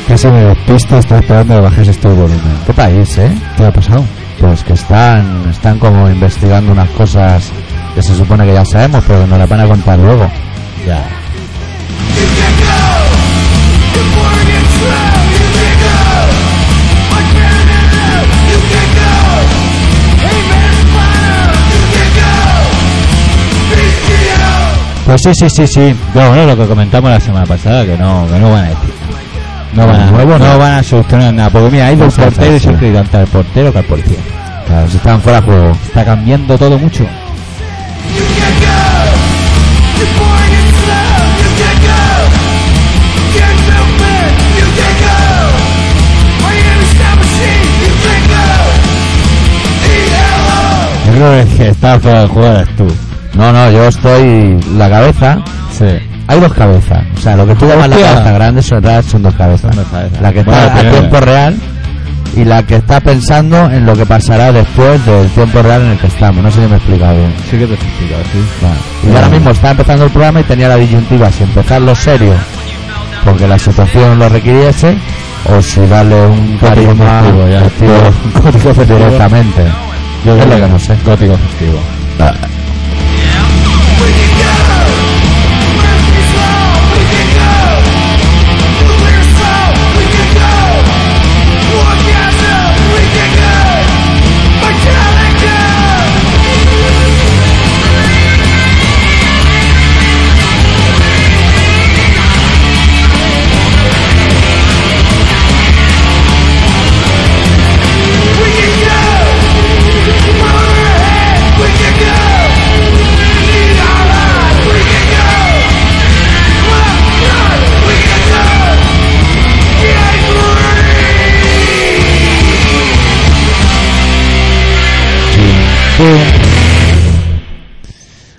estás en el pista, estás esperando que bajes todo el volumen. este ¿Qué país, eh? ¿Qué ha pasado? Pues que están, están como investigando unas cosas que se supone que ya sabemos, pero que nos las van a contar luego. Ya. Pues sí, sí, sí, sí. No, bueno, lo que comentamos la semana pasada, que no, que no van a decir. No van a, Nuevo, no no. van a solucionar nada. Porque mira, hay dos Pues porteros y sí. siempre hay tanto al portero que al policía. Claro, si estaban fuera de juego. Está cambiando todo mucho. Yo creo que estaba fuera de juego eres tú. No, no, yo estoy la cabeza. Sí. Hay dos cabezas. O sea, lo que tú llamas la Hostia. cabeza grande son, en realidad son dos cabezas. Son dos cabezas. La que Bueno, está a primero. tiempo real y la que está pensando en lo que pasará después del tiempo real en el que estamos. No sé si me he explicado bien. Sí que te he explicado, sí. Y ahora mismo está empezando el programa y tenía la disyuntiva si empezarlo serio porque la situación lo requiriese o si darle un cariño más festivo, ya. festivo directamente. Yo es lo que no sé. Ah. Gótico festivo.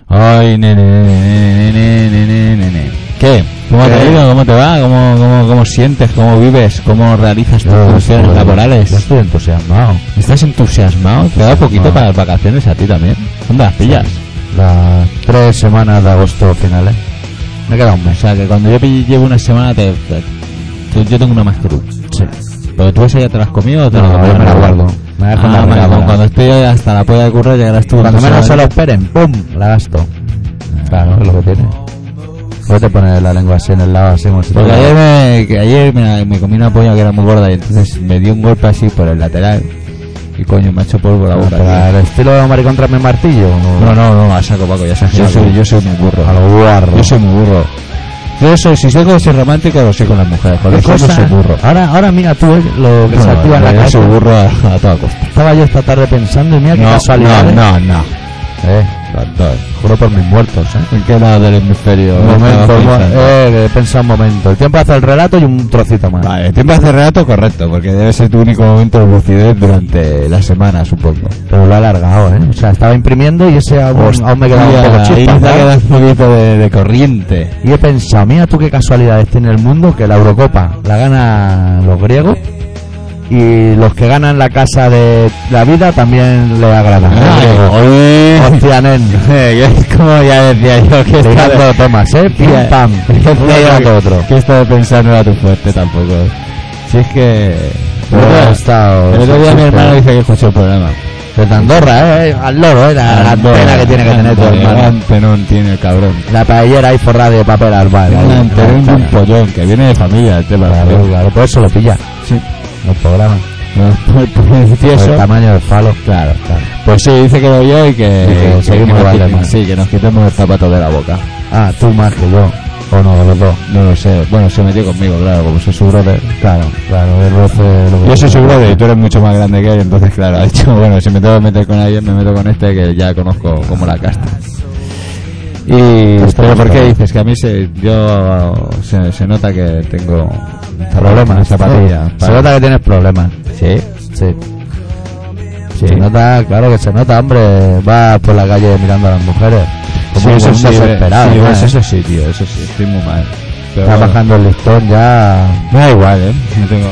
Ay, nene, nene, nene, nene, nene. ¿Qué? ¿Cómo te ¿Qué? ha ido? ¿Cómo te va? ¿Cómo, cómo, cómo sientes? ¿Cómo vives? ¿Cómo realizas tus funciones Joder, laborales? yo estoy entusiasmado. ¿Estás entusiasmado? Te da poquito No. para las vacaciones a ti también. ¿Dónde las pillas? Las tres semanas de agosto finales. Me queda un O mes. ¿eh? sea, que cuando yo pi- llevo una semana, te, te- tú- yo tengo una más que tú. Sí. ¿Pero tú esa ya te la has comido o te No, la yo me la guardo. Me la dejo en la Ah, nevera. maricón, cuando estoy hasta la polla de curro llegarás tú. Cuando Tú menos se lo sabes. esperen, ¡pum! La gasto. Claro, es lo que tiene. Puedes te poner la lengua así en el lado, así como si te- Porque ayer, me, que ayer me, me comí una polla que era muy gorda y entonces me dio un golpe así por el lateral y coño me ha hecho polvo Ah, la boca. Para el estilo maricón tras mi martillo. tío. No, no, no, a saco Paco, ya sabes. que Yo soy- yo muy burro. A lo guarro. Yo soy muy burro. Yo soy, si soy con ser romántico, lo soy con las mujeres. Con Qué los hombres cosa. soy burro. Ahora, ahora mira tú eh, lo que se No, activa en la yo cabeza. soy burro a, a toda costa. Estaba yo esta tarde pensando y mira qué casualidad. no, no, no. Eh, juro por mis muertos, eh. ¿En qué lado del hemisferio? Un momento, estaba un mo- pensando? eh, que he pensado un momento. El tiempo hace el relato y un trocito más. Vale, tiempo hace relato correcto, porque debe ser tu único momento de lucidez durante la semana, supongo. Pero lo he alargado, ¿eh? O sea, estaba imprimiendo y ese aún, aún me quedaba un poco Hostia, ahí chispa. te ha ¿sabes? quedado un poquito de, de corriente. Y he pensado, mira tú qué casualidades tiene el mundo que la Eurocopa la ganan los griegos y los que ganan la casa de la vida también le agradan. ¿eh? Hostia, nen. es como ya decía yo que estaba Tirando tomas, ¿eh? Pim, Tía, pam. Uno tras otro. Que esto de pensar no era tu fuerte tampoco. Si es que... Pero ha estado- el otro día mi hermano dice que escuchó el programa. Desde Andorra, ¿eh? Al loro, ¿eh? La, la antena que tiene que tener tu hermano. no tiene el cabrón. La paellera ahí forrada de papel al bar. Un ahí. antenón de un pollón, que viene de familia este el tema. Claro, claro, por eso lo pilla. Sí. Los programas. No, por- por decir Por eso. el tamaño del falo. Claro. Claro. Pues sí, dice que lo vio y que, Y que que seguimos nos hablando quitemos- más. Sí, que nos quitemos el zapato de la boca. Ah, tú más que yo. O no, de los dos. No lo sé. Bueno, se metió conmigo, claro, como soy su brother. Claro, claro, el roce. lo que- Yo soy su brother y tú eres mucho más grande que él, entonces claro, ha dicho, bueno, si me tengo que meter con alguien, me meto con este que ya conozco como la casta. Y, Pues pero ¿por tampoco. qué dices? Que a mí se, yo, se, se nota que tengo Problemas. zapatilla. Se nota que tienes problemas. Sí, Sí. sí. Se nota, claro que se nota, hombre. Va por la calle mirando a las mujeres. Como un eso sí, desesperado. sí, ¿no? pues eso sí, tío, eso sí, estoy muy mal. Pero Está bueno, bajando el listón ya. Me da igual, ¿eh? No tengo,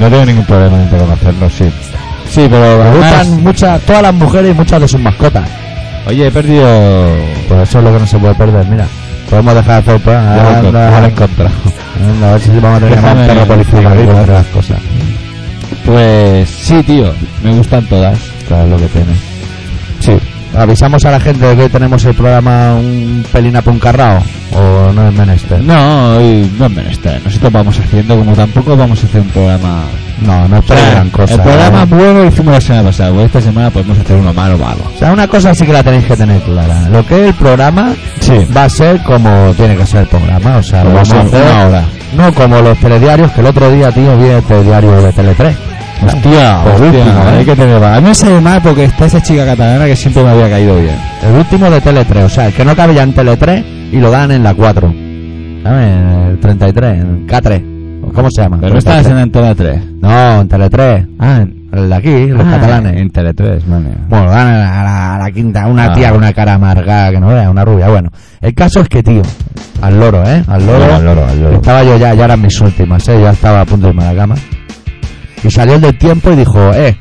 no tengo ningún problema en reconocerlo, sí. Sí, pero Me además- gustan muchas, todas las mujeres y muchas de sus mascotas. Oye, he perdido... Pues Por eso es lo que no se puede perder, mira. Podemos dejar de hacer pues, Ya lo anda, encontré, ya lo he encontrado. Anda, a ver si vamos a tener que llamar a un Déjame- perro policía para que Déjame- encuentre las cosas. Pues sí, tío, me gustan todas. Claro, lo que tiene. Sí. Avisamos a la gente de que hoy tenemos el programa un pelín apuncarrao o no es menester. No, hoy no es menester. Nosotros vamos haciendo, como tampoco vamos a hacer un programa. No, no es para gran cosa. el programa ¿eh? bueno lo hicimos la semana pasada, pues esta semana podemos hacer uno malo, malo. O sea, una cosa sí que la tenéis que tener clara. Lo que es el programa Sí. va a ser como tiene que ser el programa. O sea, lo Como vamos a son hacer una hora. No como los telediarios, que el otro día, tío, viene el telediario de Tele3. Hostia, Por hostia, último, ¿eh? hay que tener valor. A mí me sale mal porque está esa chica catalana que siempre me había caído bien. El último de Tele3, o sea, el que no cabía en Tele3 y lo dan en la 4. ¿Sabes? En El 33, en el K3. ¿o ¿Cómo se llama? Pero no estabas en 33. Antena 3. No, en Tele3. Ah, en El de aquí, Ah. los catalanes. En Tele 3, vale. Bueno, dan a la, a la- a la quinta, una Ah. tía con una cara amargada que no vea, una rubia. Bueno, el caso es que, tío, al loro, ¿eh? Al loro. Al loro, al loro. Estaba yo ya, ya eran mis últimas, ¿eh? Ya estaba a punto de irme a la cama. Y salió el del tiempo y dijo, eh,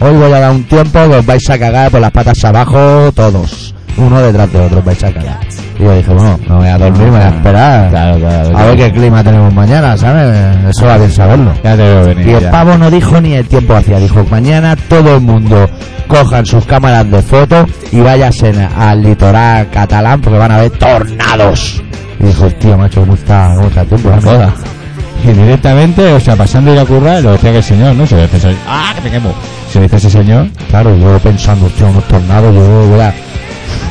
hoy voy a dar un tiempo que os vais a cagar por las patas abajo todos. Uno detrás de otro os vais a cagar. Y yo dije, bueno, no voy a dormir, me voy a esperar. Claro, claro. A ver qué clima tenemos mañana, ¿sabes? Eso va bien saberlo. Ya te veo venir. Y el ya. pavo no dijo ni el tiempo hacía, dijo, mañana todo el mundo cojan sus cámaras de foto y váyanse al litoral catalán porque van a ver tornados. Y dijo, tío, macho, ¿cómo está, cómo está el tiempo? Una ¿eh? joda. Y directamente, o sea, pasando de ir a currar, lo decía que el señor, ¿no? Se lo dice ese- ¡Ah, que me quemo! Se lo dice ese señor. Claro, yo pensando, tío, unos tornados, yo voy a...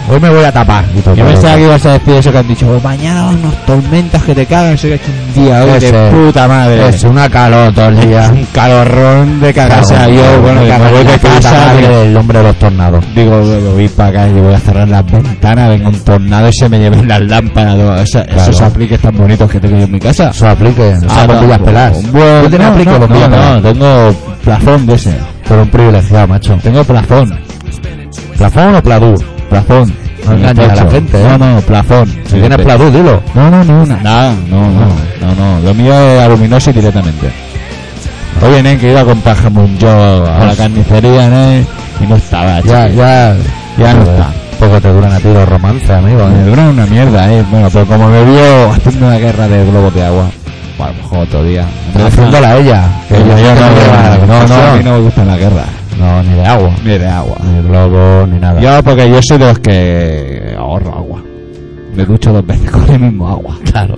Hoy me voy a tapar. Y todo, Yo claro, pensaba que ibas a decir eso que han dicho, "Oh, mañana unos tormentas que te cagan, sé que es un día hoy de Ese. puta madre. Es una calor todo el eh". Es día. un calorrón de cagarse. Claro, yo, bueno, una me voy de cagarata casa, madre digo, del hombre de los tornados. Digo, me voy para acá y voy a cerrar las ventanas, venga un tornado y se me lleven las lámparas, todo. O sea, Claro. esos apliques tan bonitos que tengo yo en mi casa. Eso aplique, o sea, Ah, no, bombillas pelas. un buen- ¿Tú tienes no, aplique o no, bombillas no, pelas? no, tengo plafón de ese. Pero un privilegiado, macho. Tengo plafón. ¿Plafón o pladú? Plafón. No En el engañes a la techo. gente, ¿eh? No, no, plafón. Si tienes pladú, dilo. No, no, no, una. Nada, no, no, no, no. Lo mío es aluminoso y directamente. Oye, nen, que iba a comprar jamón yo a la carnicería, nen, y no estaba, Ya, chiqui. ya, Ya no está. Poco te duran a ti los romances, amigo. Me ¿eh? dura una mierda, eh. Bueno, pero como me vio haciendo una guerra de globos de agua, bueno, a lo mejor otro día. Pero haciéndola a ella. Que yo, yo no, no, no, no, a mí no, no me gustan las guerras, No, ni de agua. ni de agua. Ni de globo, ni nada. Yo, porque yo soy de los que ahorro agua. Me ducho dos veces con el mismo agua. claro.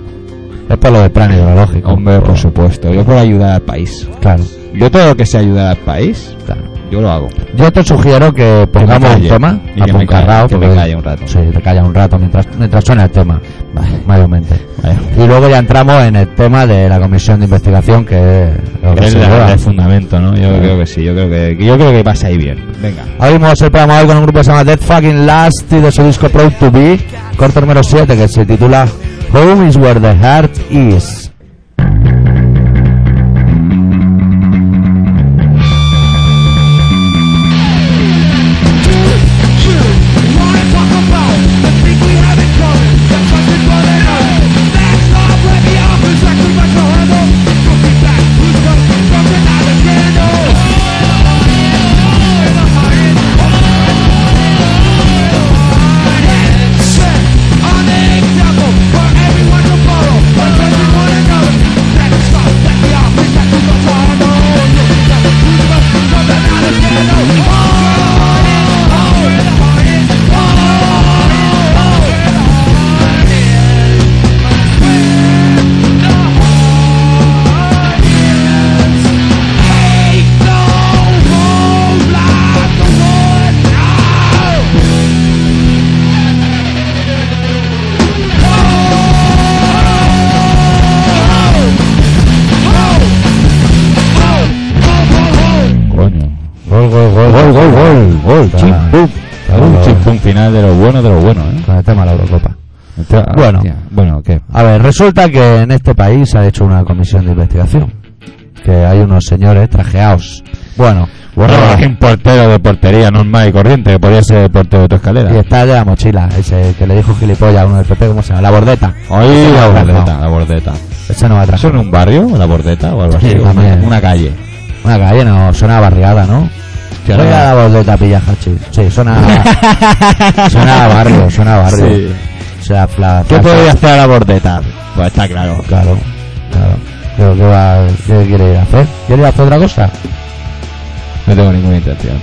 Es por lo de plan hidrológico. Hombre, por supuesto. Yo por ayudar al país. Claro, Yo todo lo que sea ayudar al país, claro. yo lo hago. Yo te sugiero que pongamos calle. un tema Y que me apuncarrao, calle, que me porque- calle un rato. Sí, te calla un rato mientras, mientras suena el tema, Vale. mayormente. Vaya. Y luego ya entramos en el tema de la comisión de investigación que es lo que Es se la- lleva. el fundamento, ¿no? Yo creo que sí. Yo creo que, yo creo que vas ahí bien. Venga. Abrimos el programa hoy con un grupo que se llama Dead Fucking Last y de su disco Proud to Be, corto número 7 que se titula Home is where the heart is. Coño. Gol, gol, gol, Gol, gol, gol. Gol. Está- Chim, pum. está Un bueno. chim, pum final de lo bueno, de lo bueno, ¿eh? Con el tema de la Eurocopa. Entra- Bueno. hostia. bueno, ¿qué? A ver, resulta que en este país se ha hecho una comisión de investigación. Que hay unos señores trajeados. Bueno, borrados. un portero de portería normal y corriente, que podría ser el portero de tu escalera. Y está de la mochila, ese que le dijo gilipollas a uno del PP, ¿cómo se llama? La bordeta. Oye, Ese no la ha bordeta, atracado. la bordeta. Ese no ha ¿Eso atracado. en un barrio, la bordeta o algo así? Sí, una, también. una calle. Una calle no, suena a barriada, ¿no? Hostia, Suena no. a la bordeta, pilla Hachi. Sí, suena a, suena a barrio, suena a barrio. Sí. sea, fla, ¿Qué fla- podría hacer a Bordeta? Pues está claro. Claro, claro. Pero ¿qué, va, ¿Qué quiere ir a hacer? ¿Quiere ir a hacer otra cosa? Ah. No tengo ninguna intención.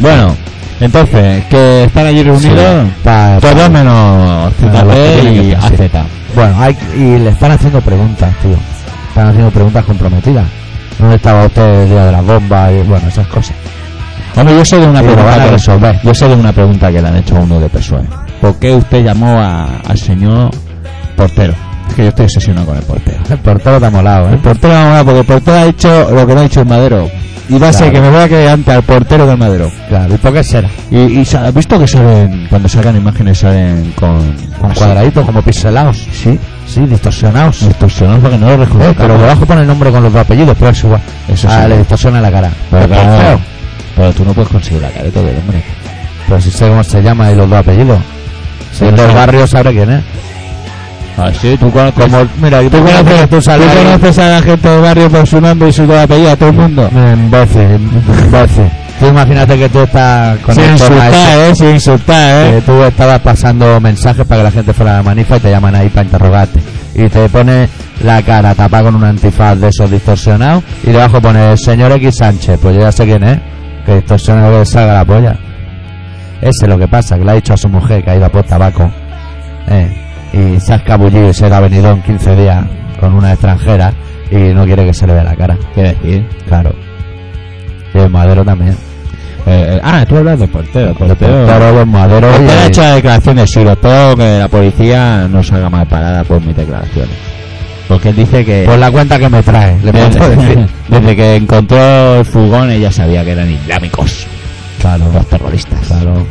Bueno, entonces, que están allí reunidos Pa- pa- todos menos Para los que ZP tienen y que AZ. hacer. Bueno, hay, y le están haciendo preguntas, tío. Están haciendo preguntas comprometidas. ¿Dónde estaba usted el día de la bomba? Y, bueno, esas cosas. Hombre, yo sé de una Y lo van pregunta a que resolver. Yo sé de una pregunta que le han hecho a uno de PSOE. ¿Por qué usted llamó a- al señor portero? Es que yo estoy obsesionado con el portero. El portero te ha molado, El ¿eh? portero no va, porque el portero ha hecho lo que no ha hecho el madero. Y va a ser Claro. que me voy a quedar ante al portero del madero. Claro, ¿y por qué será? Y, y sa- ¿has visto que salen, cuando sacan imágenes, salen con, Con así? cuadraditos, como pixelados. Sí. Sí, distorsionados. Distorsionados porque no lo Eh, reconozco. pero por abajo pone el nombre con los dos apellidos, pero es igual. Eso ah, sí. le distorsiona la cara. Pues Pero, Es tan claro, feo. pero tú no puedes conseguir la careta del hombre. Pero si pues sé cómo se llama y los dos apellidos. Si Pero es del no. barrio, sabe quién es. Ah, sí, tú conoces. Como, mira, yo ¿Tú conoces, tú sales tú ahí- conoces a la gente del barrio por su nombre y su apellido, a todo el mundo. En voces, en voces. Tú imagínate que tú estás con Sin el tema insultar, ese, eh, sin insultar, que eh. tú estabas pasando mensajes para que la gente fuera a la manifa y te llaman ahí para interrogarte. Y te pone la cara tapada con un antifaz de esos distorsionados y debajo pone señor X Sánchez. Pues yo ya sé quién es, que distorsiona lo que le salga la polla. Ese es lo que pasa, que le ha dicho a su mujer que ha ido a por tabaco. eh, y se ha escabullido y se le ha venido en 15 días con una extranjera y no quiere que se le vea la cara. ¿Qué decir? Claro. Y el madero también. ah, tú hablas del portero. El portero, los maderos Usted ha y- hecho la declaración de Siro, espero que la policía no salga mal parada por mis declaraciones. Porque él dice que Por la cuenta que me trae, le puedo desde, decir. desde que encontró el furgón ella sabía que eran islámicos, Claro, los terroristas. claro.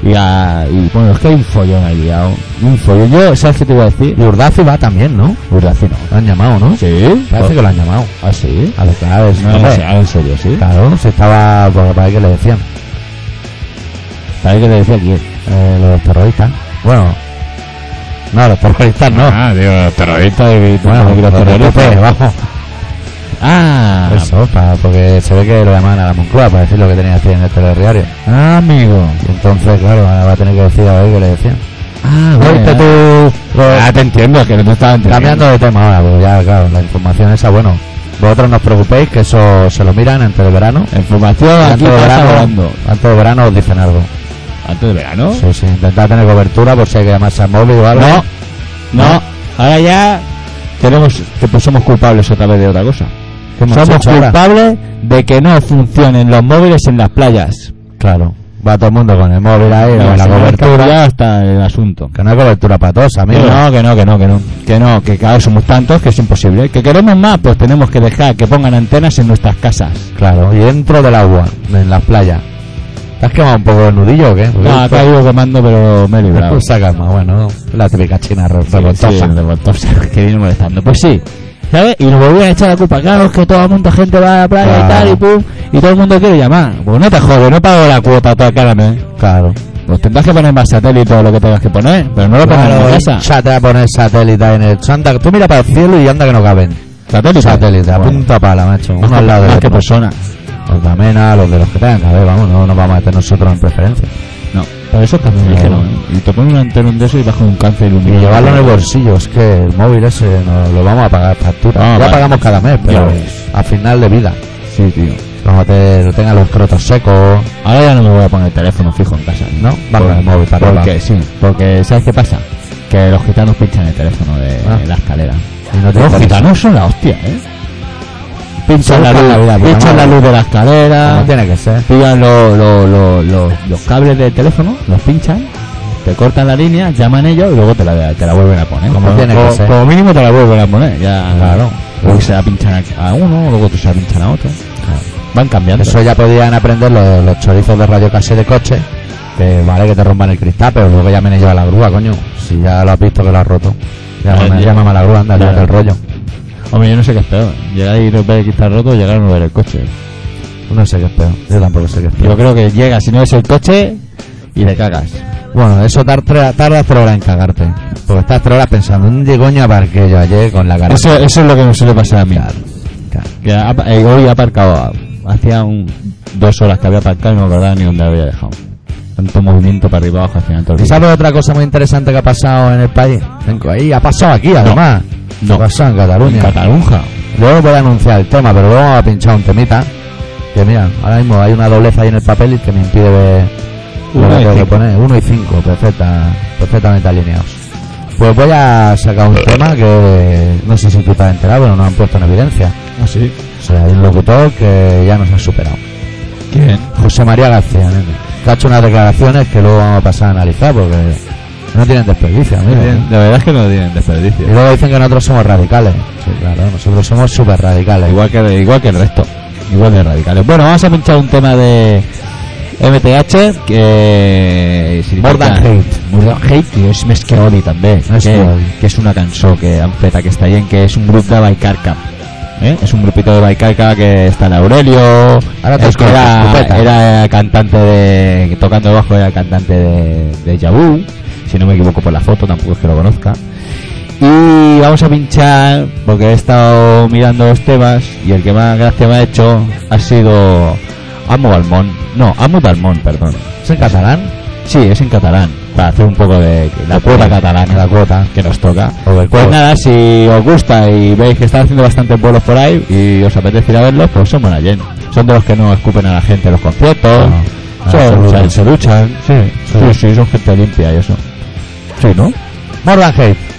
Y, Ah, a- y, bueno, es que hay un follón ahí liado. Un follón. Yo, ¿sabes qué te iba a decir? Y Urdazi va también, ¿no? Urdaci no. Lo han llamado, ¿no? ¿Sí? Parece que lo han llamado. ¿Ah, sí? A declarar eso. No, Hombre, no sé, ahora en serio, ¿sí? Claro, se estaba. Porque parece que le decían. ¿Sabes qué te decía aquí? eh, los terroristas. Bueno. No, los terroristas no. Ah, pues, digo, terrorista y... bueno, los terroristas, vamos. Ah, Eso, pa- porque se ve que lo llamaban a la Moncloa para decir lo que tenía que decir en el telediario. Ah, amigo. Y entonces, claro, ahora va a tener que decir a ver qué le decían. Ah, Vete bueno. tú, eh, Ah, te entiendo, que no te estaba entendiendo. Cambiando de tema ahora, porque ya, claro, la información esa, bueno, vosotros no os preocupéis, que eso se lo miran antes del verano. Información Ah, aquí Antes del pasa verano, volando. antes del verano os dicen algo. ¿Antes de verano? Sí, sí, intentad tener cobertura por si hay que llamarse al móvil o algo. No, no. Ahora ya tenemos que pues, somos culpables otra vez de otra cosa. ¿Qué hemos Somos hecho ahora? culpables de que no funcionen los móviles en las playas. Claro, va todo el mundo con el móvil ahí, con la cobertura. Ya está el asunto. Que no hay cobertura para todos, Que amigo. no, que no, que no, que no. Que no, que cada vez somos tantos que es imposible. Que queremos más, pues tenemos que dejar que pongan antenas en nuestras casas. Claro, y dentro del agua, en las playas. ¿Te has quemado un poco el nudillo o qué? pues, Porque No, esto- acá digo quemando, pero me he librado. Se ha calmado, bueno, la típica china re- revoltosa. Sí, revoltosa, que viene molestando. Pues sí, ¿sabes? Y nos volvían a echar la culpa. Claro, es que todo el mundo, gente va a la playa y Claro. tal, y pum, y todo el mundo quiere llamar. Pues no te jodes, no pago la cuota toda cara, ¿no? Claro. Pues tendrás que poner más satélite o lo que tengas que poner, pero no lo pongas en Claro, la casa. ya te va a poner satélite ahí en el Santa. Tú mira para el cielo y anda que no caben. Satélite. Satélite, a Bueno, punta pala, macho. más Uno que, al lado de más que otro. persona. Los de Amena, los de los que tengan que haber, vamos, no nos vamos a meter nosotros en preferencia. No, pero eso es cancerígeno, ¿eh? Y te ponen un antena de eso y vas con un cáncer Y iluminado. llevarlo en el bolsillo, es que el móvil ese nos lo vamos a pagar factura. Ah, ya vale. pagamos cada mes, Ya pero ves. a final de vida. Sí, tío. Como te lo tengan los crotos secos, Ahora ya no me voy a poner el teléfono fijo en casa. ¿no? Vamos el móvil para porque, todos sí, porque ¿sabes qué pasa? Que los gitanos pinchan el teléfono de Ah. la escalera. lados. Y no te Los interesa. gitanos son la hostia, ¿eh? Pinchan Se la buscan luz, la vida, pero no. pinchan la luz de la escalera, Como tiene que ser. pillan lo- lo- lo- lo- los cables del teléfono, los pinchan, te cortan la línea, llaman ellos y luego te la, te la vuelven a poner. Como tiene que ser. como mínimo te la vuelven a poner, ya. Claro. Luego se la pinchan a a uno, luego se la pinchan a otro. Van cambiando. Eso ya podían aprender los, los chorizos de radio casi de coche. Que vale que te rompan el cristal, pero luego ya me lleva la grúa, coño. Si ya lo has visto que lo has roto. Llámame, Eh, ya. llámame a la grúa, anda, Claro. llévate el rollo. Hombre, yo no sé qué es peor. Llegar y romper el cristal roto o llegar a no ver el coche. No sé qué es peor. Yo tampoco sé qué es peor. Yo creo que llegas si no ves el coche y le cagas. Bueno, eso tar- tra- tardas tres horas en cagarte. Porque estás tres horas pensando, ¿dónde coño aparqué yo ayer con la cara? Eso, eso es lo que me suele pasar a mí. Claro, claro. Que ha- eh, hoy he aparcado, hacía un, dos horas que había aparcado y no me acordaba ni dónde había dejado. Tanto movimiento para arriba abajo al final. te ¿Y olvidas. sabes otra cosa muy interesante que ha pasado en el país? Vengo ahí, ha pasado aquí además. no. Ha pasado en Cataluña. En Cataluña. Luego voy a anunciar el tema, pero luego vamos a pinchar un temita. Que mira, ahora mismo hay una doblez ahí en el papel y que me impide ver Uno lo que y tengo que cinco. poner. Uno y cinco, perfecta, perfectamente alineados. Pues voy a sacar un tema que no sé si tú estás enterado, pero nos han puesto en evidencia. Ah, sí. O sea, hay un locutor que ya nos ha superado. ¿Quién? José María García, nene, que ha hecho unas declaraciones que luego vamos a pasar a analizar porque no tienen desperdicio, amigo. ¿eh? Bien, La verdad es que no tienen desperdicio. Y luego dicen que nosotros somos radicales. Sí, claro, nosotros somos súper radicales. Igual que, igual que el resto. Igual de radicales. Bueno, vamos a pinchar un tema de MTH que significa- More Than Hate. More Than Hate, que es Més que Odi també. Més que, que Odi. que és una cançó que han fet aquesta gent, que és un grup de Baicarca. Eh? És un grupito de Baicarca que está en Aurelio. Ahora te el que escucho, escopeta. era, era cantante de. que tocando bajo era cantante de, de Yabú. Si no me equivoco por la foto, tampoco es que lo conozca. Y vamos a pinchar, porque he estado mirando los temas y el que más gracia me ha hecho ha sido Amo Dalmón. No, Amo Dalmón, perdón. ¿Es en catalán? Sí, es en catalán, para hacer un poco de la cuota catalana La cuota. que nos toca. Overcoat. Pues nada, si os gusta y veis que están haciendo bastantes vuelos por ahí y os apetece ir a verlos, pues son buena gente. Son de los que no escupen a la gente en los conciertos, Ah, No, son- se o sea, luchan. Ah, se luchan. Sí, Sí, sí, son gente limpia y eso. Sí, ¿no? Morgan Hate.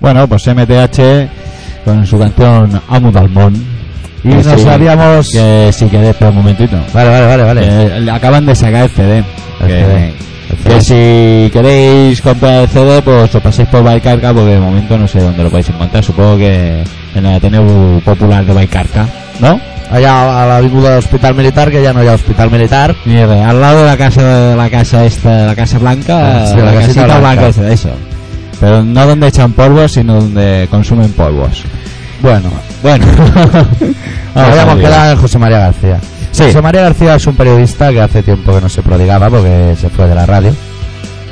Bueno, pues MTH con su canción Amo Dalmón Y no sí, sabíamos. Que si queréis, espera un momentito. Vale, vale, vale, vale. Eh, le acaban de sacar el CD. El que, CD. que si queréis comprar el CD, pues os paséis por Baicarca, porque de momento no sé dónde lo podéis encontrar. Supongo que en el Ateneo Popular de Baicarca, ¿no? Allá a la viuda del hospital militar, que ya no hay hospital militar. Y eh, al lado de la casa, la casa esta, la casa blanca, Ah, sí, la la, casita casita blanca, blanca. esa, eso. Pero no donde echan polvos, sino donde consumen polvos. Bueno, Bueno, Nos vamos habíamos al lío. quedado en José María García. Sí. José María García es un periodista que hace tiempo que no se prodigaba porque se fue de la radio,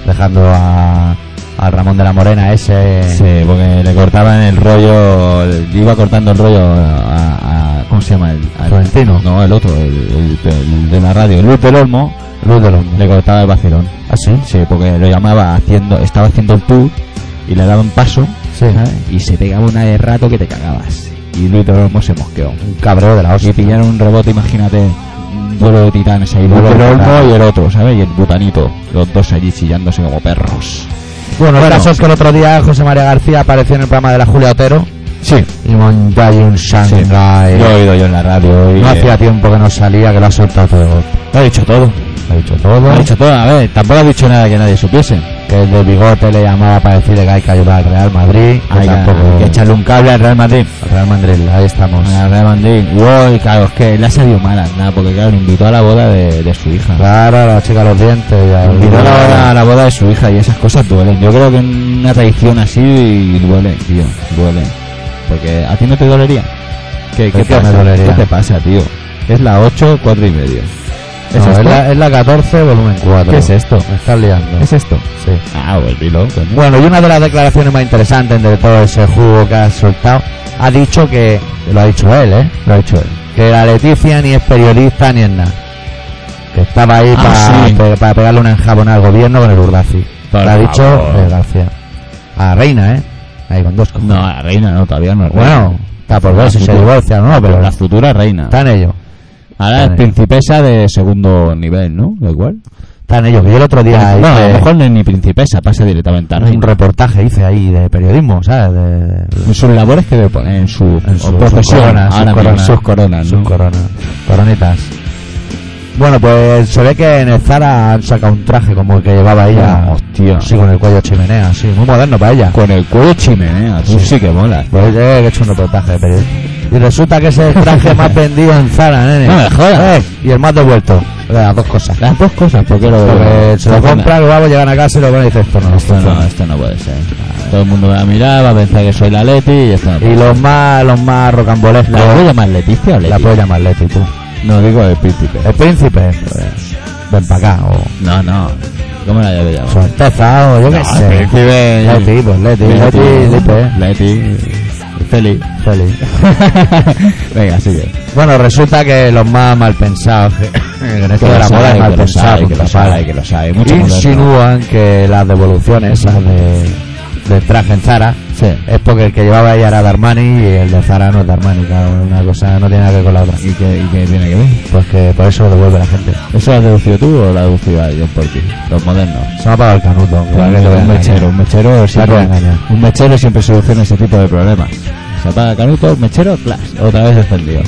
dejando a, al Ramón de la Morena ese. Sí, porque le cortaban el rollo, le iba cortando el rollo a, a- ¿cómo se llama? El, al- Florentino. No, el otro, el, el- el de la radio, Luis del Olmo, Luz del Olmo. le cortaba el vacilón. ¿Ah, sí? Sí, porque lo llamaba haciendo, estaba haciendo el tour y le daban paso Sí. ¿sabes? y se pegaba una de rato que te cagabas. Y Luis del Olmo se mosqueó. Un cabreo de la Y hostia. pillaron un rebote, imagínate, un duelo de titanes ahí, Luis Duelo de del Olmo titanes. y el otro, ¿sabes? Y el butanito, los dos allí chillándose como perros. Bueno, el Bueno. caso es que el otro día José María García apareció en el programa de la Julia Otero Sí, y montó ahí un Shanghai. lo he oído yo en la radio. y, No eh, hacía tiempo que no salía, que lo ha soltado todo de golpe. Lo ha dicho todo. Lo ha dicho todo. Lo ha dicho todo. A ver, tampoco ha dicho nada que nadie supiese. Que el de bigote le llamaba para decirle que hay que ayudar al Real Madrid. que Hay que, tampoco- hay que echarle un cable al Real Madrid. al Real Madrid, ahí estamos. Al Real Madrid. Uy, claro, es que le ha salido mal nada, porque claro, le invitó a la boda de, de su hija. Claro, la chica de los dientes. y al- Invitó a la, boda, a la boda de su hija y esas cosas duelen. Yo creo que una traición así duele, tío, duele. Porque a ti no te dolería. ¿Qué, qué ¿Por qué pasa? me dolería? ¿Qué te pasa, tío? Es la 8, 4 y medio. ¿Es No, esto? es, la, es la 14, volumen 4. ¿Qué es esto? Me estás liando. ¿Es esto? Sí. Ah, pues dilo, coño. Bueno, y una de las declaraciones más interesantes de todo ese jugo que ha soltado, ha dicho que, lo ha dicho él, ¿eh? Lo ha dicho él. Que la Leticia ni es periodista ni es nada. Que estaba ahí Ah, para, sí. pe- para pegarle una enjabonada al gobierno con el Urdaci. Por Lo ha dicho favor. eh, García. A Reina, ¿eh? Ahí con dos cojones. No, a la reina no, todavía no. es reina. Bueno, está por ver La si se futura- divorcia o no, pero la futura reina. están ellos. Ahora es Vale. principesa de segundo nivel, ¿no? Da igual. Están ellos. Yo el otro día no, a hice lo mejor no es ni principesa, pasa directamente a un reina. reportaje hice ahí de periodismo, ¿sabes? De- En sus Pues labores que debe poner, en su, en su- o profesión, sus coronas, ahora sus mismo, coronas, sus coronas, Ah, ¿no? sus coronas, coronitas. Bueno, pues se ve que en el Zara han sacado un traje como el que llevaba ella. Ah, hostia. Sí, con el cuello chimenea, sí, muy moderno para ella. Con el cuello chimenea, tú sí, que molas. Pues yo he hecho un reportaje de periodismo. Y resulta que es el traje más vendido en Zara, nene. No me jodas. Eh, y el más devuelto. Las dos cosas. Las dos cosas, ¿por qué lo Porque se lo Porque compran, luego llegan a casa y lo ponen y dicen, esto no, no, esto Esto no. no, esto no puede ser. Todo el mundo va a mirar, va a pensar que soy la Leti y esto no puede Y ser. los más, los más rocambolescos. ¿La puedo llamar Leticia o Leti? La puedo llamar Leti, tú. No, digo el príncipe. El príncipe, eh, ven para acá, o No, no. ¿Cómo la debe llamar? su alteza, o yo qué No, sé. el príncipe... Leti, pues Leti, Leti, Leti, pues, eh, Leti. Feliz. feliz. Venga, sigue. Bueno, resulta que los más mal pensados, que en esto de la lo moda sabe, es mal que lo sabe, pensado, que lo sabe, que lo sabe. Mucho moderno. insinúan que las devoluciones esas de, del traje en Zara Sí. es porque el que llevaba ella era de Armani y el de Zara no es de Armani, claro, una cosa no tiene nada que ver con la otra. ¿Y qué, ¿Y qué tiene que ver? Pues que por eso lo devuelve la gente. ¿Eso lo has deducido tú o lo ha deducido yo por ti? Los modernos. Se me ha apagado el canuto. hombre, para que te voy a un engañar. mechero, un mechero voy a siempre, engañar. un mechero siempre soluciona ese tipo de problemas. Se apaga Canuto, mechero, clash, otra vez encendido.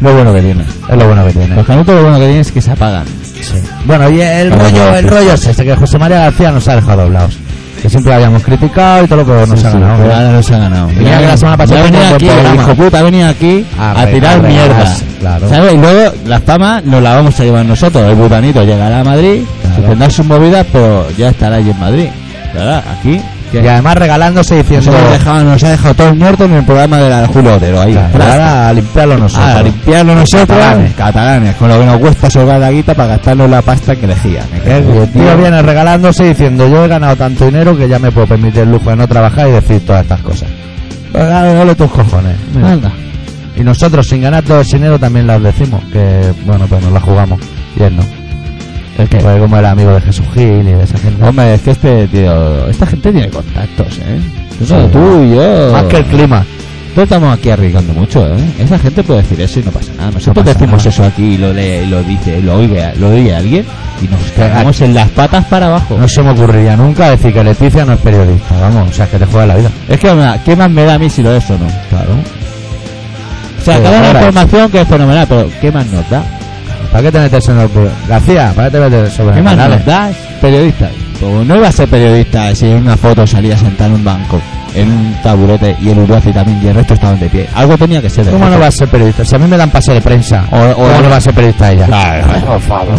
Lo bueno que tiene. Pues Es lo bueno que tiene. Los Canutos lo bueno que tienen es que se apagan. Sí. Bueno, y el Pero rollo, no, el sí. rollo es este, que José María García nos ha dejado doblados. Que siempre lo habíamos criticado y todo lo que nos Sí, ha sí, ganado. pero ¿no? ahora no se ha ganado. Mira que la semana pasada Ya fue un venía buen aquí, el programa. hijo puta, ha venido aquí A a, re- tirar a mierda. regalarse, claro. ¿Sabes? Y luego las famas nos las vamos a llevar nosotros. El butanito llegará a Madrid, Claro. tendrá sus movidas, pero ya estará allí en Madrid. Claro, aquí. que Y además regalándose diciendo. nos, ha dejado, nos ha dejado todos muertos en el programa de la Julio Otero. Ahí, Claro, Plas. ahora a limpiarlo nosotros. a limpiarlo nosotros, Catalanes. catalanes. con lo que nos cuesta solgar la guita para gastarnos la pasta que elegían. Me Eh, cago y en el tío viene regalándose diciendo yo he ganado tanto dinero que ya me puedo permitir el lujo de no trabajar y decir todas estas cosas. Regálale tus cojones. Mira. Anda. Y nosotros sin ganar todo ese dinero también las decimos, que bueno, pues nos la jugamos. Y él no. ¿El qué? Porque como era amigo de Jesús Gil y de esa gente. Hombre, es que este tío, esta gente tiene contactos, ¿eh? Tú, Sí. tú y yo. Más que el clima. Todos estamos aquí arriesgando mucho, ¿eh? Esa gente puede decir eso y no pasa nada. Nosotros pasa decimos nada. eso aquí y lo lee, y lo dice, y lo oye, lo oye alguien y nos cagamos en las patas para abajo. No se me ocurriría nunca decir que Leticia no es periodista, vamos, o sea, que te juega la vida. Es que, mira, ¿qué más me da a mí si lo es o no? Claro. Se acaba la horas. información que es fenomenal, pero ¿qué más nos da? ¿Para qué te metes en los bu- García, ¿para qué te metes sobre ¿Qué los más nos canales? da? Periodista. Pues no iba a ser periodista si en una foto salía sentado en un banco, en un taburete y el Uruguay también y el resto estaban de pie. Algo tenía que ser. de ¿Cómo no resto. va a ser periodista? Si a mí me dan pase de prensa, O- o- ¿cómo no va a ser periodista ella? Claro. Por favor,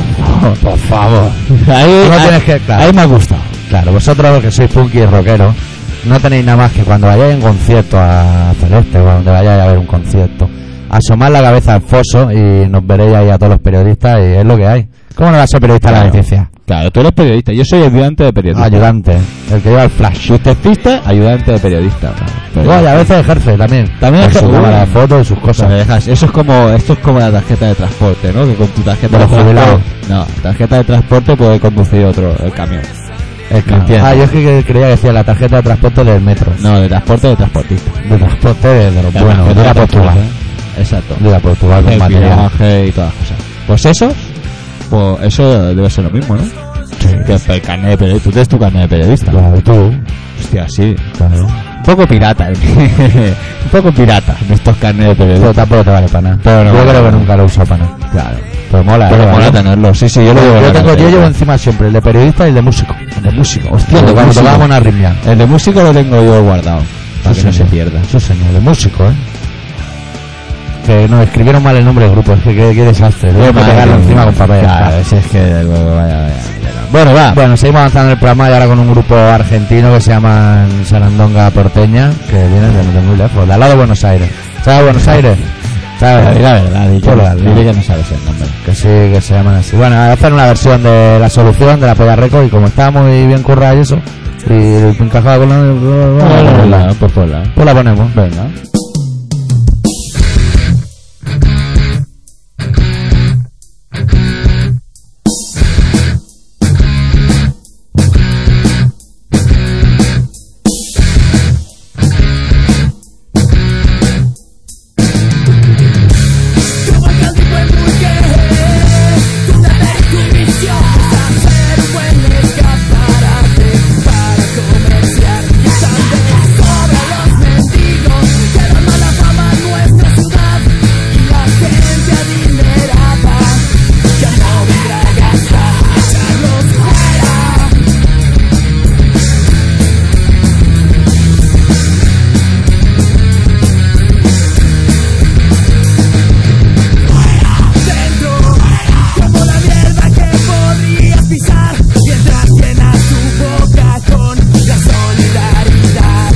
por favor. Ahí, ah, No ahí- tienes que- claro. ahí me gusta. Claro, vosotros los que sois punky y rockeros, no tenéis nada más que cuando vayáis a un concierto a Celeste o a donde vayáis a ver un concierto, asomar la cabeza al foso y nos veréis ahí a todos los periodistas y es lo que hay. ¿Cómo no va a ser periodista la Claro. noticia? Claro, tú eres periodista. Yo soy ayudante de Ah, periodista. Ayudante, el que lleva el flash. Si usted es pista, ayudante de periodista. Pero- Igual, y a veces ejerce también. También con ejerce- Eh, su cámara de Uy. fotos y sus Cosa que cosas. dejas. Eso es como, esto es como la tarjeta de transporte, ¿no? Que con tu tarjeta De los jubilados. transporte- No, tarjeta de transporte puede conducir otro, el camión. El No. Ah, yo es que creía que decía la tarjeta de transporte del metro. No, de transporte de transportista. De transporte de, de los La buenos, tarjeta de la de Portugal. transporte, ¿eh? Exacto. De la Portugal con El material. pilotaje y todas las cosas. Pues esos, pues eso debe ser lo mismo, ¿no? Que el carnet de periodista. Tú tienes tu carnet de periodista. Claro, tú. Hostia, sí. Claro. Un poco pirata. un poco pirata de estos carnets de Pero periodista. tampoco te vale para nada. Pero no. yo creo que nunca lo he usado para nada. Claro. Pero Pues, mola, Pero eh, mola ¿vale? tenerlo. Sí, sí, yo lo llevo. en Yo, la tengo, yo cartera. llevo encima siempre el de periodista y el de músico. El de músico, hostia, el de Cuando músico. tocábamos una arritmia. El de músico lo tengo yo guardado. Para que no se pierda. Sí, señor, de músico, ¿eh? Que nos escribieron mal el nombre del grupo, es que qué, qué desastre. Tengo que pegarlo encima con papel. Claro, si es que luego vaya, vaya, vaya. Bueno, va. Bueno, seguimos avanzando en el programa y ahora con un grupo argentino que se llaman Sarandonga Porteña, que vienen de, de muy lejos, de al lado de Buenos Aires. ¿Sabes Buenos Aires? Pero di ¿Sabes? la verdad, di que, Hola, di hola. que no sabes el nombre. Que sí, que se llaman así. Bueno, hacen una versión de la solución de la Pega Record y como está muy bien currada y eso, y encajada con la... pues hola. Pues la ponemos. Venga. Trabajando en burgués, toda la exhibición, hacer un buen escaparate para comerciar. Y también sobre los mendigos, queda mala fama en nuestra ciudad y la gente adinerada ya no vendrá a gastar, a echarlos fuera. dentro Como la mierda que podrías pisar Mientras llenas tu boca con la solidaridad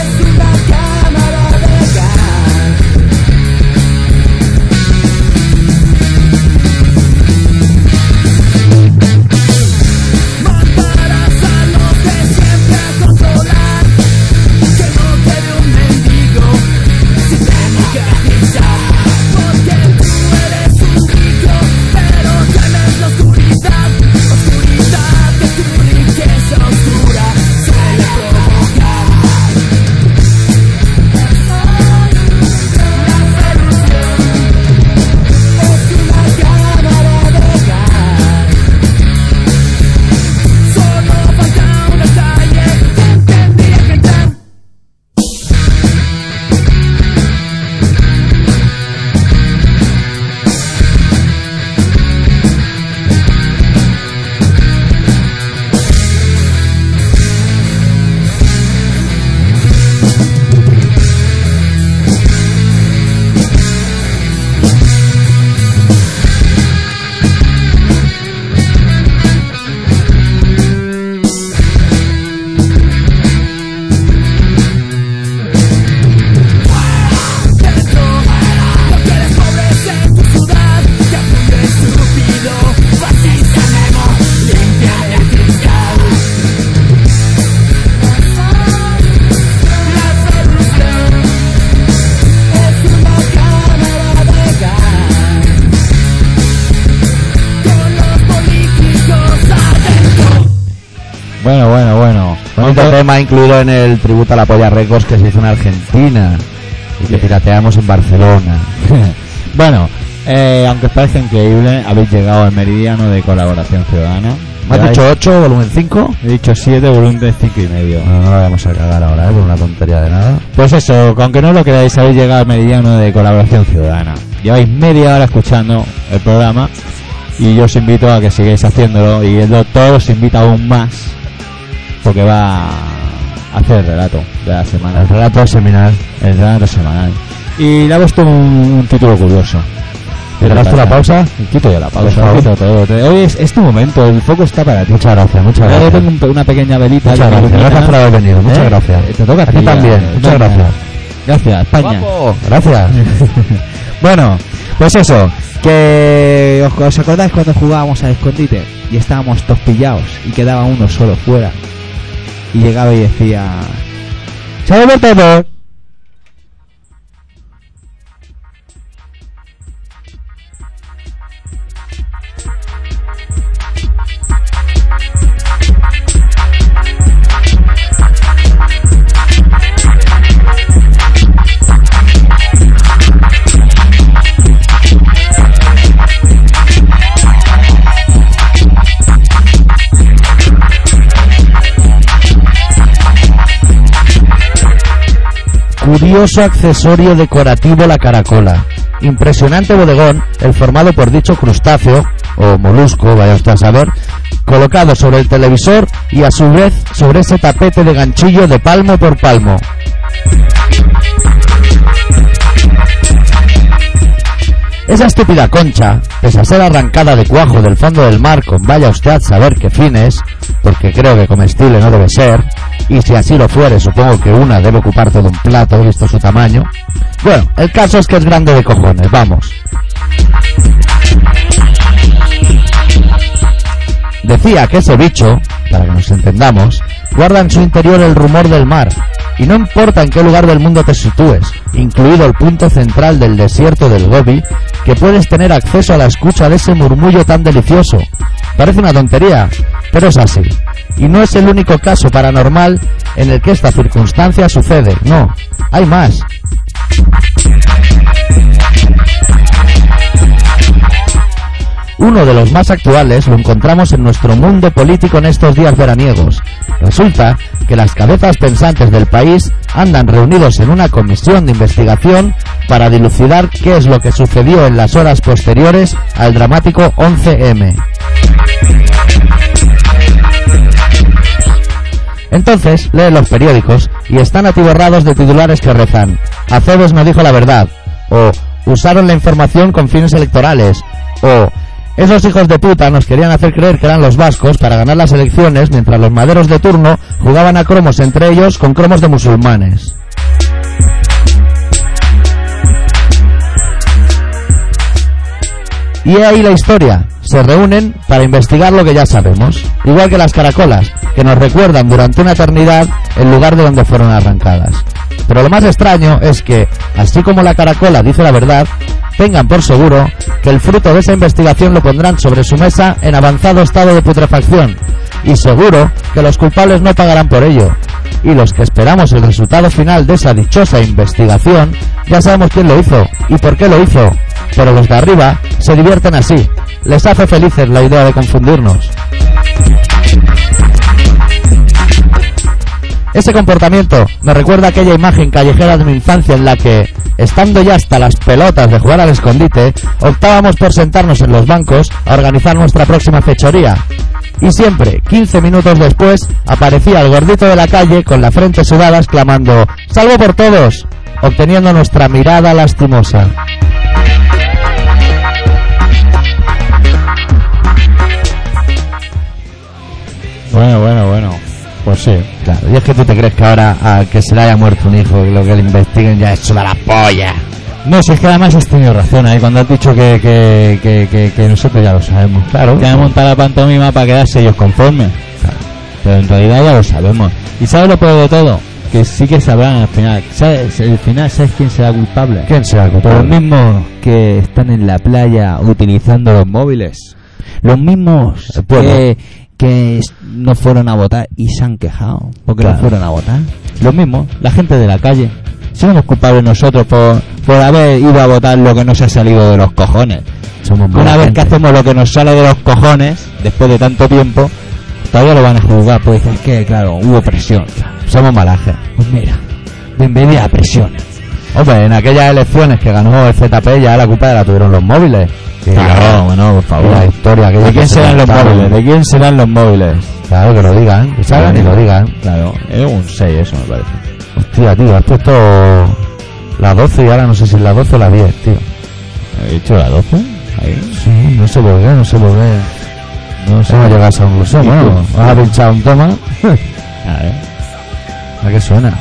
Es una cámara de gas Mandarás a los de siempre a controlar que no quede un mendigo sin democratizar Porque tú eres un rico Pero temes la oscuridad Oscuridad que tu riqueza oscura suele provocar La solución es una cámara de gas Solo falta un detalle que tendría que gritar dentro Porque eres pobre en tu ciudad Te apunte estúpido Fascista Nemo Limpia el fiscal La solución Es una cámara de gas Con los políticos adentro Bueno, bueno, bueno. Bonito Otro- este tema incluido en el tributo a la Polla Records que se hizo en Argentina y que pirateamos en Barcelona. bueno, eh, aunque os parezca increíble, habéis llegado al meridiano de colaboración ciudadana. ¿Me has Ya dicho 8, volumen 5? He dicho 7, volumen 5 y medio. No, no la vamos a cagar ahora, ¿eh? Por una tontería de nada. Pues eso, con que no lo creáis, habéis llegado al mediano de colaboración ciudadana. Lleváis media hora escuchando el programa y yo os invito a que sigáis haciéndolo y el doctor os invita aún más porque va a hacer el relato de la semana, El relato seminal. el relato semanal. Y le ha puesto un, un título curioso. ¿Te das tú la pausa? Quito yo la Por pausa. favor. quito todo. Te- Hoy es, es tu momento, el foco está para ti. Muchas gracias, muchas Yo gracias. tengo un pe- una pequeña velita. Muchas que me gracias, ilumina. gracias por haber venido, muchas ¿Eh? gracias. Te toca A ti ti, también, eh, muchas España. gracias. Gracias, España. Guapo, Gracias. bueno, pues eso, que os, os acordáis cuando jugábamos al escondite y estábamos todos pillados y quedaba uno solo fuera y llegaba y decía, ¡Se ha devuelto todo! Curioso accesorio decorativo la caracola. Impresionante bodegón, el formado por dicho crustáceo, o molusco, vaya usted a saber, colocado sobre el televisor y a su vez sobre ese tapete de ganchillo de palmo por palmo. Esa estúpida concha, pese a ser arrancada de cuajo del fondo del mar con vaya usted a saber qué fines, porque creo que comestible no debe ser, y si así lo fuere supongo que una debe ocupar todo un plato visto su tamaño. Bueno, el caso es que es grande de cojones, vamos. Decía que ese bicho, para que nos entendamos, guarda en su interior el rumor del mar, y no importa en qué lugar del mundo te sitúes, incluido el punto central del desierto del Gobi, que puedes tener acceso a la escucha de ese murmullo tan delicioso. Parece una tontería, pero es así. Y no es el único caso paranormal en el que esta circunstancia sucede, no, hay más. Uno de los más actuales lo encontramos en nuestro mundo político en estos días veraniegos. Resulta que las cabezas pensantes del país andan reunidos en una comisión de investigación para dilucidar qué es lo que sucedió en las horas posteriores al dramático 11M. Entonces leen los periódicos y están atiborrados de titulares que rezan. Acebes no dijo la verdad. O usaron la información con fines electorales. O esos hijos de puta nos querían hacer creer que eran los vascos para ganar las elecciones mientras los maderos de turno jugaban a cromos entre ellos con cromos de musulmanes. Y he ahí la historia. Se reúnen para investigar lo que ya sabemos. Igual que las caracolas, que nos recuerdan durante una eternidad el lugar de donde fueron arrancadas. Pero lo más extraño es que, así como la caracola dice la verdad, tengan por seguro que el fruto de esa investigación lo pondrán sobre su mesa en avanzado estado de putrefacción. Y seguro que los culpables no pagarán por ello. Y los que esperamos el resultado final de esa dichosa investigación, ya sabemos quién lo hizo y por qué lo hizo. Pero los de arriba se divierten así. Les hace felices la idea de confundirnos. Ese comportamiento me recuerda a aquella imagen callejera de mi infancia en la que, estando ya hasta las pelotas de jugar al escondite, optábamos por sentarnos en los bancos a organizar nuestra próxima fechoría. Y siempre, 15 minutos después, aparecía el gordito de la calle con la frente sudada exclamando ¡Salvo por todos! obteniendo nuestra mirada lastimosa. Bueno, bueno, bueno. Pues sí. Claro, y es que tú te crees que ahora a que se le haya muerto un hijo y lo que le investiguen ya es suda la polla. No, si es que además has tenido razón ahí cuando has dicho que, que, que, que, que nosotros ya lo sabemos. Claro. Que han montado la pantomima para quedarse ellos conformes. Pero en realidad ya lo sabemos. ¿Y sabes lo peor de todo? Que sí que sabrán al final. ¿Sabes? El final, ¿sabes quién será culpable? ¿Quién será el Por los culpable? mismos que están en la playa utilizando los móviles. Los mismos El pueblo. que, que s- no fueron a votar y se han quejado porque Claro. no fueron a votar. Los mismos, la gente de la calle. Somos culpables nosotros por, por haber ido a votar lo que no se ha salido de los cojones. Somos Una mala vez gente. que hacemos lo que nos sale de los cojones, después de tanto tiempo, todavía lo van a juzgar. Pues es que, claro, hubo presión. Somos malaje. Pues mira, bienvenida a presión. Hombre, en aquellas elecciones que ganó el ZP ya la culpa la tuvieron los móviles. Que Claro, bueno, la, por favor. la historia aquella ¿De que quién se serán los montaron. móviles? ¿De quién serán los móviles? Claro, que lo digan, que salgan y lo digan. Claro, es un 6 eso me parece. Hostia, tío, has puesto las 12 y ahora no sé si es las 12 o las 10, tío. ¿He dicho la 12? Ahí. Ah, Sí, no sé por qué, no sé por qué. No sé, no llegar a esa conclusión. Sí, Bueno, tú. vas a pinchar un toma. A ver, ¿A qué suena?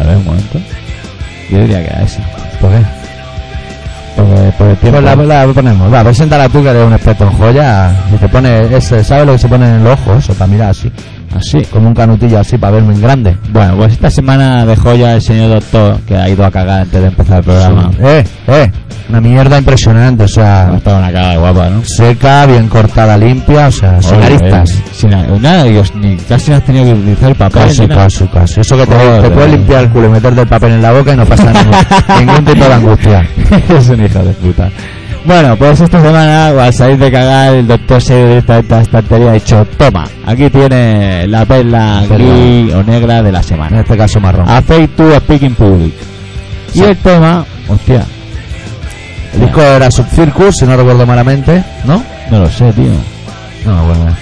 a ver un momento. Yo diría que era esa. ¿Por qué? Porque por el tiempo. eh. Pues la, la ponemos. Va, preséntala tú que eres un experto en joya. Y te pone ese, ¿sabes lo que se pone en el ojo? Eso, para mirar así. Así. Como un canutillo así, para verme en grande. Bueno, pues esta semana de joya el señor doctor que ha ido a cagar antes de empezar el programa. Sí. Eh, eh. Una mierda impresionante, o Ha sea, estado una cagada guapa, ¿no? seca, bien cortada, limpia, o sea, sin Joder, aristas. eh. Sin a- nada, Dios, ni casi no has tenido que utilizar el papel. Casi, ni nada. casi, casi. Eso que te, Joder. te puedes limpiar el culo y meterte el papel en la boca y no pasa ningún, ningún tipo de angustia. es un hijo de puta. Bueno, pues esta semana, al salir de cagar, el doctor se ha ido directamente a esta estantería y ha dicho: Toma, aquí tiene la perla Perla. gris o negra de la En semana. este caso marrón. Afei to speaking public. Y Sí. el tema, hostia, el disco era Subcircus, si no recuerdo malamente, ¿no? no lo sé, tío. No, bueno.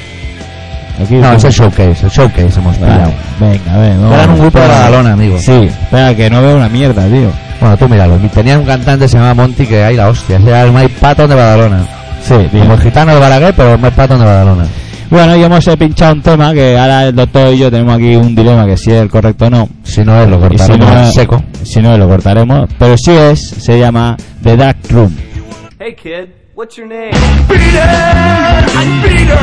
Aquí No, ese es Showcase, el Showcase hemos pillado. Vale, Venga, a ver, vamos. Eran un grupo de Badalona, amigo. Sí, espera, que no veo una mierda, tío. Bueno, tú míralo. Tenía un cantante que se llamaba Monty que ahí la hostia. Era el Mike Patton de Badalona. Sí, Como el gitano de Balaguer, pero el Mike Patton de Badalona. Bueno, y hemos eh, pinchado un tema que ahora el doctor y yo tenemos aquí un dilema que si es el correcto o no. Si no es, lo Y si cortaron no, seco. Si no, lo cortaremos. Pero si es, se llama The Dark Room. Hey kid, what's your name? I'm Peter.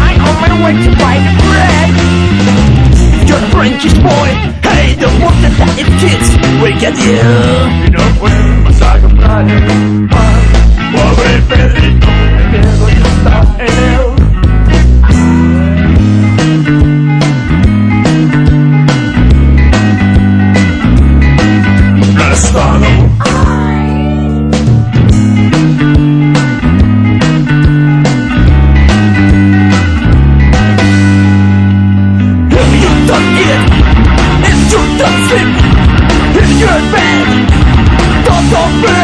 I'm on my way to buy the bread. Your French is boy. Hey, the water that it kids will get you. y no fuimos a comprar pan. Pobre Pedrito, el miedo ya está en él. Prestado. If you don't eat, if you don't sleep, if you're bad, don't open.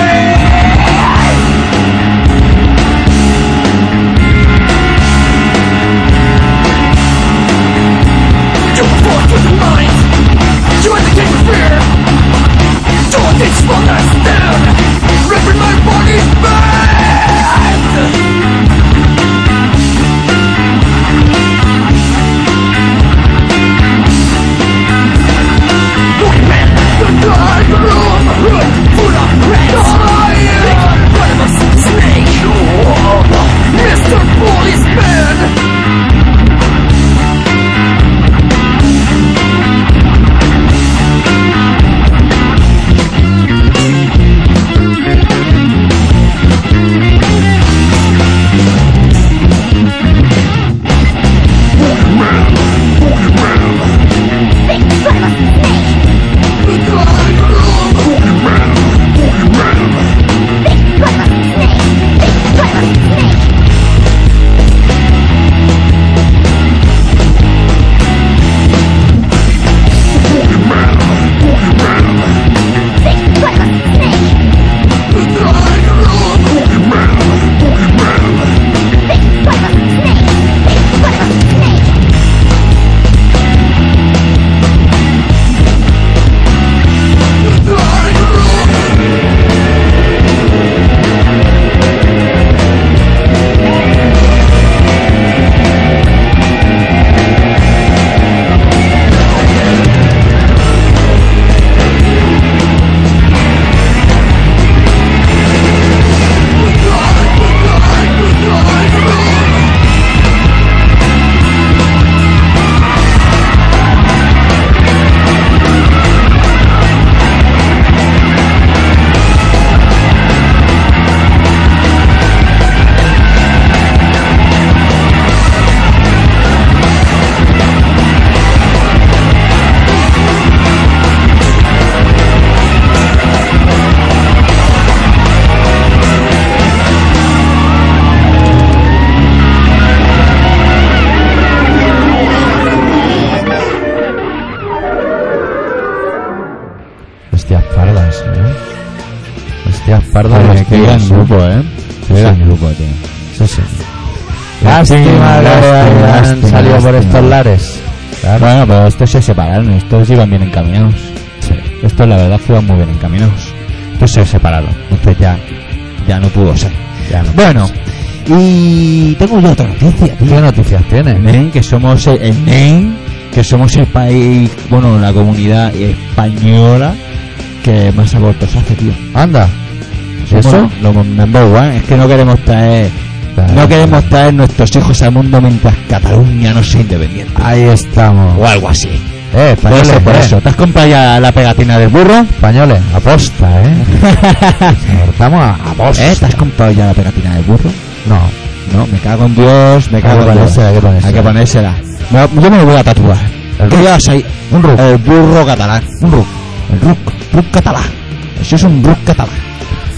¿eh? Pardo y Joder, los Ah, qué gran tíos. grupo, ¿eh? Qué Sí. gran grupo, tío. Sí, sí. Lástima que Lástima, hayan lástima, salido por lástima. estos lares. Bueno, pero estos se separaron, estos iban bien encaminados. Estos la verdad es que iban muy bien encaminados. Estos se separaron, entonces ya, ya no pudo ser. Ya no. Bueno, y tengo yo otra noticia, tío. ¿Qué noticias tienes? Nen, que somos el, el nen, que somos el país, bueno, la comunidad española que más abortos hace, tío. Anda. ¿Y Somos eso? lo number one. Es que no queremos traer, no queremos traer nuestros hijos al mundo mientras Cataluña no sea independiente. Ahí O estamos. algo así. Eh, Por españoles, eso, por eh. eso. ¿Te has comprado ya la pegatina del burro? Españoles, aposta, ¿eh? Estamos a aposta. ¿Eh? ¿Te has comprado ya la pegatina del burro? No. No, me cago en Dios, me Hay cago que en Dios. ponérsela, hay que ponérsela. Hay que ponérsela. Me- Yo me lo voy a tatuar. El ¿Qué ruc. llevas ahí? Un ruc. El burro catalán. Un ruc. El ruc. Ruc catalán. Eso es un ruc catalán.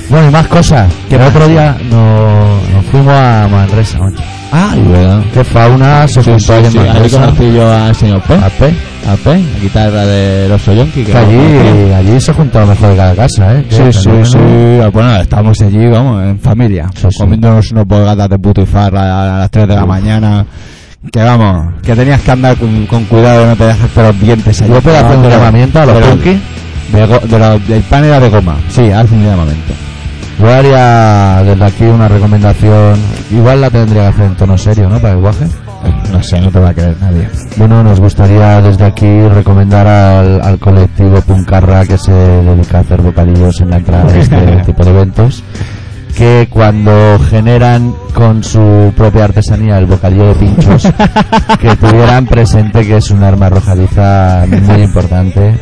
Bueno, y más cosas. Que el Ah, otro día no- nos fuimos a Manresa, macho. Ay, verdad. Que fauna se Sí, sí, juntó ahí en sí, ahí Manresa. conocí yo al señor P. A P. A P, la guitarra de los Soyonki. Que allí, allí se juntó lo mejor de cada casa, ¿eh? Sí, Que sí, fenómeno. sí. Bueno, estamos allí, vamos, en familia. Sí, sí. Comiéndonos unos bogatas de putifarra a las 3 de la mañana. Que vamos, que tenías que andar con, con cuidado de no te dejas por los dientes allí. Yo puedo hacer un Pero- llamamiento a los pero- punkis. de go- de lo- del pan era de goma. Sí, haz un llamamiento. Yo haría desde aquí una recomendación. Igual la tendría que hacer en tono serio, ¿no? Para que guaje. No sé, no te va a creer nadie. Bueno, nos gustaría desde aquí recomendar al, al colectivo Puncarra que se dedica a hacer bocadillos en la entrada de este tipo de eventos que cuando generan con su propia artesanía el bocadillo de pinchos que tuvieran presente que es un arma arrojadiza muy importante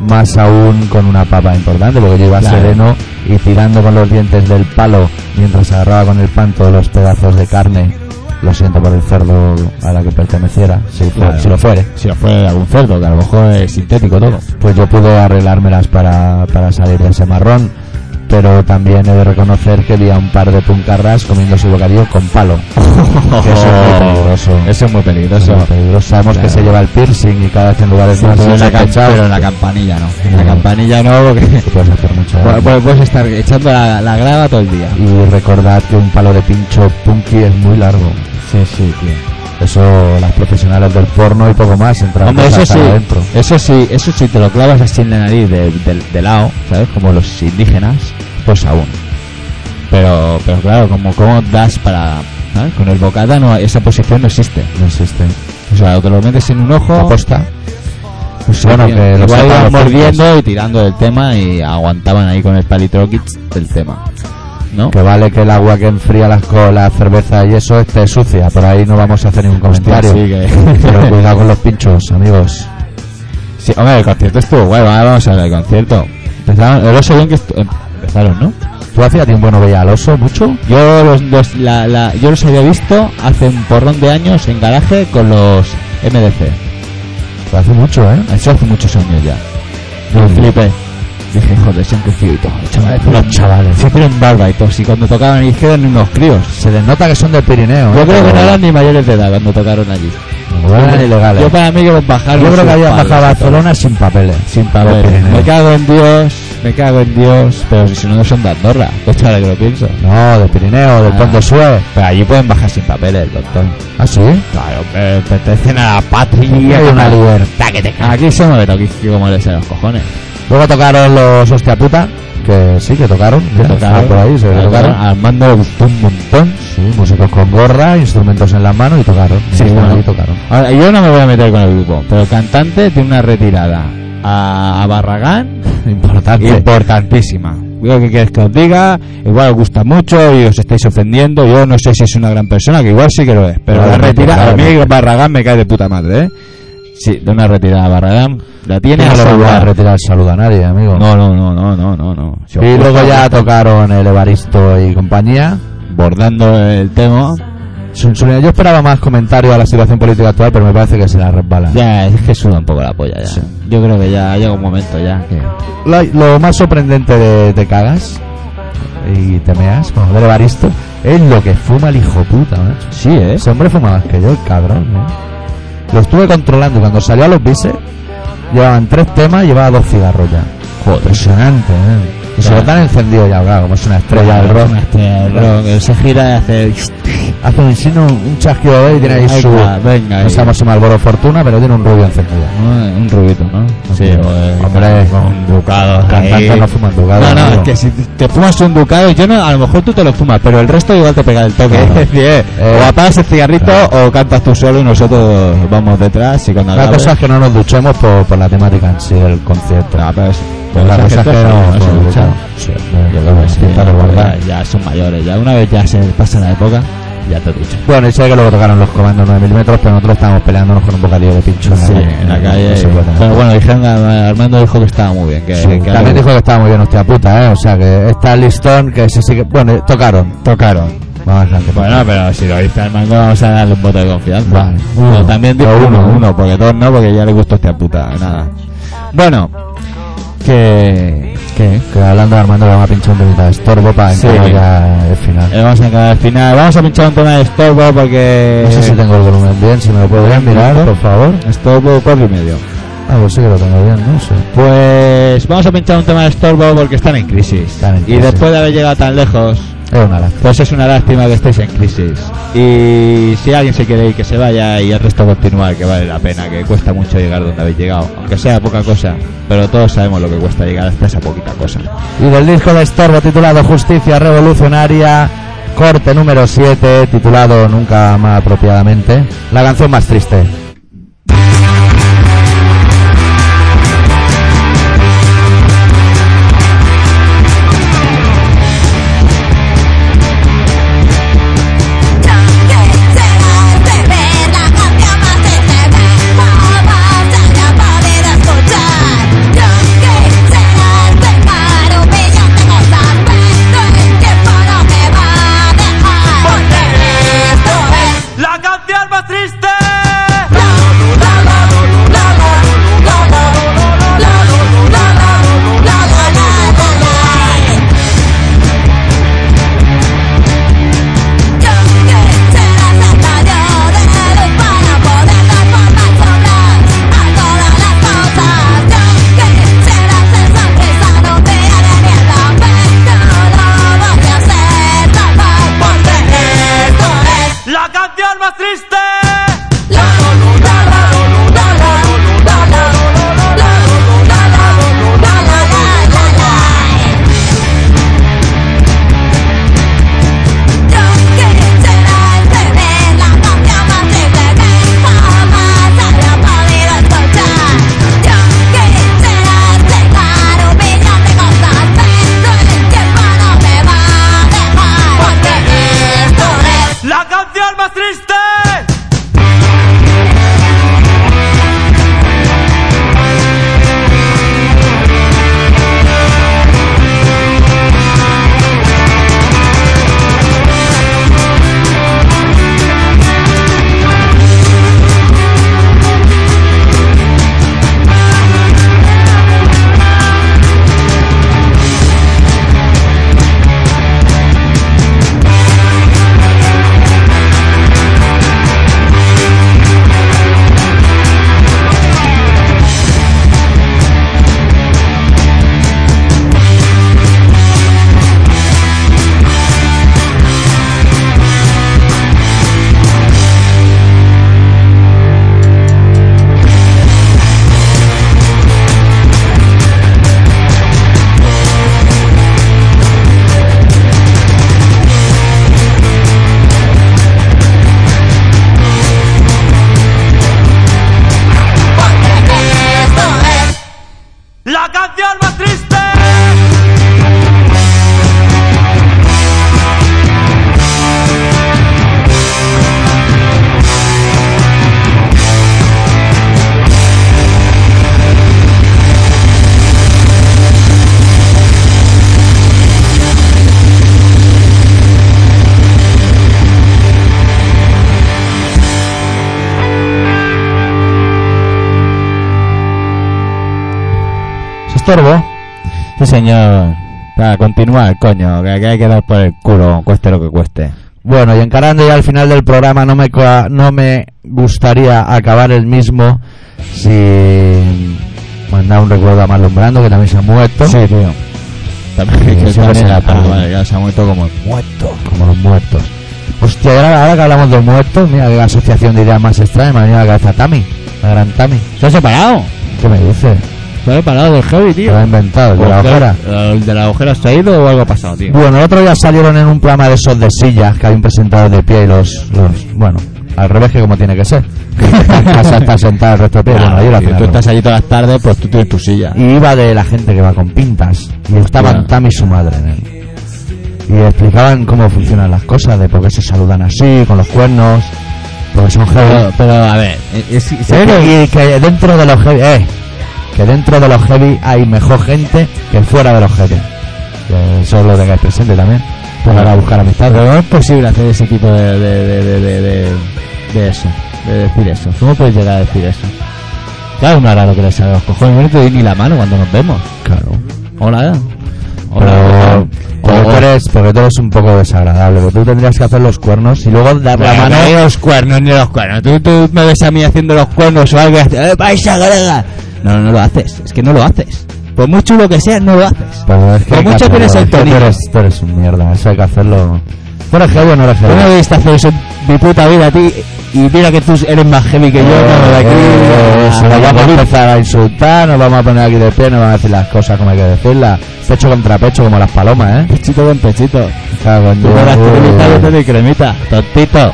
más aún con una papa importante porque yo iba Claro. sereno y tirando con los dientes del palo mientras agarraba con el pan todos los pedazos de carne lo siento por el cerdo a la que perteneciera si, fu- Claro. si lo fuere Si fue algún cerdo, que a lo mejor es sintético todo. pues yo pude arreglármelas para, para salir de ese marrón pero también he de reconocer que vi a un par de puncarras comiendo su bocadillo con palo Que eso es muy peligroso. Eso es muy peligroso. Muy peligroso. sabemos Claro. que se lleva el piercing y cada vez en lugares más Pero en la, cam- sospechados pero en la campanilla no. En la No. campanilla no, porque se puede hacer mucho daño. Bueno, pues puedes estar echando la, la grava todo el día. y recordad que un palo de pincho punky es muy largo Sí, sí, tío. eso las profesionales del porno y poco más entran Hombre, eso hasta sí, adentro eso sí, eso sí, te lo clavas así en la nariz de, de- de lado, ¿sabes? Como los indígenas, pues aún. Pero, pero claro, como, como das para, ¿sabes? Con el bocata no, esa posición no existe. no existe O sea, o te lo metes en un ojo. aposta pues bueno, tío, que lo igual sacan iban los mordiendo y tirando del tema y aguantaban ahí con el palito kits del tema. ¿No? que vale que el agua que enfría las colas cerveza y eso esté sucia por ahí no vamos a hacer ningún comentario sí que- pero cuidado con los pinchos amigos Sí, hombre, el concierto estuvo guay, vale, vamos a ver el concierto. Empezaron, el oso bien que estu- em- empezaron, ¿no? tú hacía tiempo no veía al oso mucho Yo los, los- la- la- yo los había visto hace un porrón de años en garaje con los MDC. hace mucho eh Eso hace muchos años ya. Yo Mm. flipé. Dije, joder, se han crecido y todo. Los chavales, Los chavales. Se hicieron barba y todo. Y cuando tocaban allí quedan unos críos. se les nota que son del Pirineo Yo ¿eh? creo que Pero- no eran ni mayores de edad cuando tocaron allí. Igual eran ilegales. Ah. Yo para mí que los bajaron. Yo creo que sus habían padres bajado a y todo. Barcelona sin papeles. Sin papel. Los Pirineos. Me cago en Dios, me cago en Dios. Pero si no son de Andorra, pues ahora que lo pienso. No, del Pirineo, del Ah. Puente Suez. Pero allí pueden bajar sin papeles, doctor. ¿Ah, sí? Claro, pero pertenecen a la patria. Hay una libertad que te Aquí se mueve aquí como les a los cojones. Luego tocaron los Hostia Puta, que sí, que tocaron. Que Ah, mira, estaba por ahí, se que ve que tocaron. Armando le gustó un montón. Sí, músicos con gorra, instrumentos en la mano y tocaron. Sí, Estuvieron bueno. ahí y tocaron. Ahora, yo no me voy a meter con el grupo, pero el cantante tiene una retirada a, a Barragán Importante. importantísima. Yo que quieres que os diga, igual os gusta mucho y os estáis ofendiendo. Yo no sé si es una gran persona, que igual sí que lo es, pero la Claro, retirada, a mí claro. Barragán me cae de puta madre, ¿eh? Sí, de una retirada a Barragán, la tiene no le voy a asegurada. retirar el saludo a nadie, amigo. No, no, no, no, no, no, no. Si os Y gusta, luego ya gusta. tocaron el Evaristo y compañía. bordando el tema. Su- su- Yo esperaba más comentarios a la situación política actual, pero me parece que se la resbala. Ya, es que suda un poco la polla ya. Sí. Yo creo que ya llega un momento ya que... La- lo más sorprendente de Te Cagas y Te Meas, como del Evaristo, es lo que fuma el hijo puta, macho. Sí, ¿eh? Ese hombre fuma más que yo, el cabrón, ¿eh? Lo estuve controlando. Cuando salió a los bises, llevaban tres temas y llevaba dos cigarros ya. Joder. Impresionante, ¿eh? Y se lo tan encendido ya, claro, como es una estrella del rock. Este, el rock, que se gira y hace. Hace un chino un chasquido de y tiene ahí Ahí su. está, venga, No ahí. sabemos si Malboro Fortuna, pero tiene un rubio encendido. Un rubito, ¿no? Sí, pues, Hombre, con un ducado. Cantantes ahí. no fuman ducado. No, no, amigo. es que si te fumas un ducado, yo no, a lo mejor tú te lo fumas, pero el resto igual te pega el toque. Claro. Es decir, eh, Eh, o apagas el cigarrito o cantas tú solo y nosotros vamos detrás y cuando La acabe- cosa es que no nos duchemos por, por la temática en sí del concierto. No, pero es- Pues la cosa es que no, no se por- duchan. sí, no, Yo creo que sí, sí, para guardar. ya, ya son mayores, ya una vez ya se pasa la época, ya te duchan. Bueno, y sé que luego tocaron los comandos 9 milímetros, pero nosotros estábamos peleándonos con un bocadillo de pincho Sí, en la calle. Eso es verdad. Pero bueno, dijeron que Armando dijo que estaba muy bien. Que, Sí, que también algo- dijo que estaba muy bien hostia puta, ¿eh? O sea, que está el listón, que sí, sí que... Bueno, eh, tocaron. tocaron. Vamos adelante. Bueno, pero si lo dice Armando, vamos a darle un voto de confianza. Vale, uno. Pero también dijo Pero uno, uno, uno. uno, porque dos no, porque ya le gustó esta puta. Nada. Bueno, que. que Que hablando de Armando, le vamos a pinchar un temita de estorbo para Sí. encarar ya el final. eh, vamos a acabar al final. Vamos a pinchar un tema de estorbo porque. no sé si tengo el volumen bien, si me lo podrían mirar, por favor. Estorbo cuatro y medio. Ah, pues sí que lo tengo bien, ¿no? Sí. Pues vamos a pinchar un tema de estorbo porque están en crisis. Están en Y crisis. después de haber llegado tan lejos, pues Es una lástima. pues es una lástima que estéis en crisis. Y si alguien se quiere ir, que se vaya y el resto continuar, que vale la pena, que cuesta mucho llegar donde habéis llegado. Aunque sea poca cosa, pero todos sabemos lo que cuesta llegar hasta esa poquita cosa. Y del disco de Estorbo titulado Justicia Revolucionaria, corte número 7, titulado nunca más apropiadamente, la canción más triste. La canción más triste de jamás se haya podido escuchar Yo quisiera estimar un millón de cosas Pero el tiempo no me va a dejar Porque esto es La canción más triste. La, la, la, la, la, la, la, la, la, la, la, la, la, la Yo quisiera ser mayor de luz para poder transformar sombras a todas las cosas. Yo quisiera ser sonrisa en un día de mierda, pero no voy a ser capaz porque esto es La canción la la la la la la la la la la la la Yo quisiera tener la canción más triste. más triste que jamás haya podido escuchar Yo quisiera explicar un millón de cosas Pero el tiempo no me va a dejar Porque esto es La canción más triste. Porque esto es La canción más triste. ¿Es Estorbo? Sí, señor. Para continuar, coño, que, que hay que dar por el culo, cueste lo que cueste. Bueno, y encarando ya al final del programa, no me, cua- no me gustaría acabar el mismo sin mandar un recuerdo a Marlon Brando, que también se ha muerto. tío. también. Sí, que siempre también- será tarde. Ah, vale, ya se ha muerto como Muertos, como los muertos. Hostia, y ahora, ahora que hablamos de los muertos, mira qué asociación de ideas más extraña. Me ha venido a la cabeza Tami, la gran Tami. Se ha separado. ¿Qué me dices? Se ha separado del heavy, Lo tío. ha inventado, de la ojera. ¿El de la ojera está ido o algo ha pasado, tío? Bueno, el otro día salieron en un programa de esos de sillas que hay un presentador de pie y los, los- bueno, al revés que como tiene que ser. En casa está sentado el resto de pie, Claro, bueno, yo la tío, tú estás allí todas las tardes, pues tú tienes tu silla. Y iba de la gente que va con pintas. Y estaban Hostia. Tami y su madre en él. Y explicaban cómo funcionan las cosas, de por qué se saludan así, con los cuernos, porque son heavy. Pero, pero, a ver, eh, es, es- Sí, que- y que dentro de los heavy, eh, que dentro de los heavy hay mejor gente que fuera de los heavy. Que Eso lo tengáis presente también. Para buscar amistad. pero no es posible hacer ese tipo de, de, de, de, de, de- de eso, de decir eso. ¿Cómo puedes llegar a decir eso? Claro, uno hará lo que le sale a los cojones. Yo no te doy ni la mano cuando nos vemos. Claro. Hola, Pero, hola. porque, tú eres, porque tú eres un poco desagradable. Porque tú tendrías que hacer los cuernos y luego dar la mano. ni los cuernos, ni los cuernos. Tú, tú me ves a mí haciendo los cuernos o algo y haces, "Eh, paisa galega". No, no lo haces. Es que no lo haces. Por muy chulo que sea, no lo haces. Pero es que Por hay que mucho que hacerlo, eres el es tú tonillo. eres, tú eres un mierda. Eso hay que hacerlo. Bueno, es heavy o no eres Yo heavy. no he visto hacer eso en mi puta vida a ti. Y mira que tú eres más heavy que yo. no, de aquí. Eh, si Ah, nos vamos a empezar a insultar, nos vamos a poner aquí de pie, nos vamos a decir las cosas como hay que decirlas. Pecho contra pecho, como las palomas, ¿eh? Pechito con pechito. Cago en Tú Dios. verás tu cremita, yo te doy cremita. Tontito.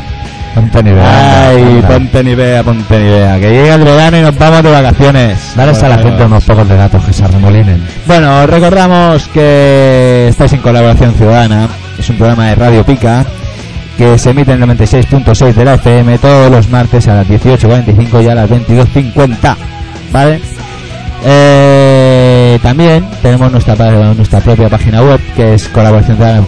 Ponte nivel, anda, Ay, anda. ponte ni idea, ponte ni idea. Que llega el verano y nos vamos de vacaciones. Dales a la Bueno, gente unos pocos de datos que se arremolinen. Bueno, os recordamos que estáis en Colaboración Ciudadana, es un programa de Radio Pica que se emite en el 96.6 de la FM todos los martes a las 18.45 y a las 22.50, ¿vale? Eh, también tenemos nuestra, pa- nuestra propia página web que es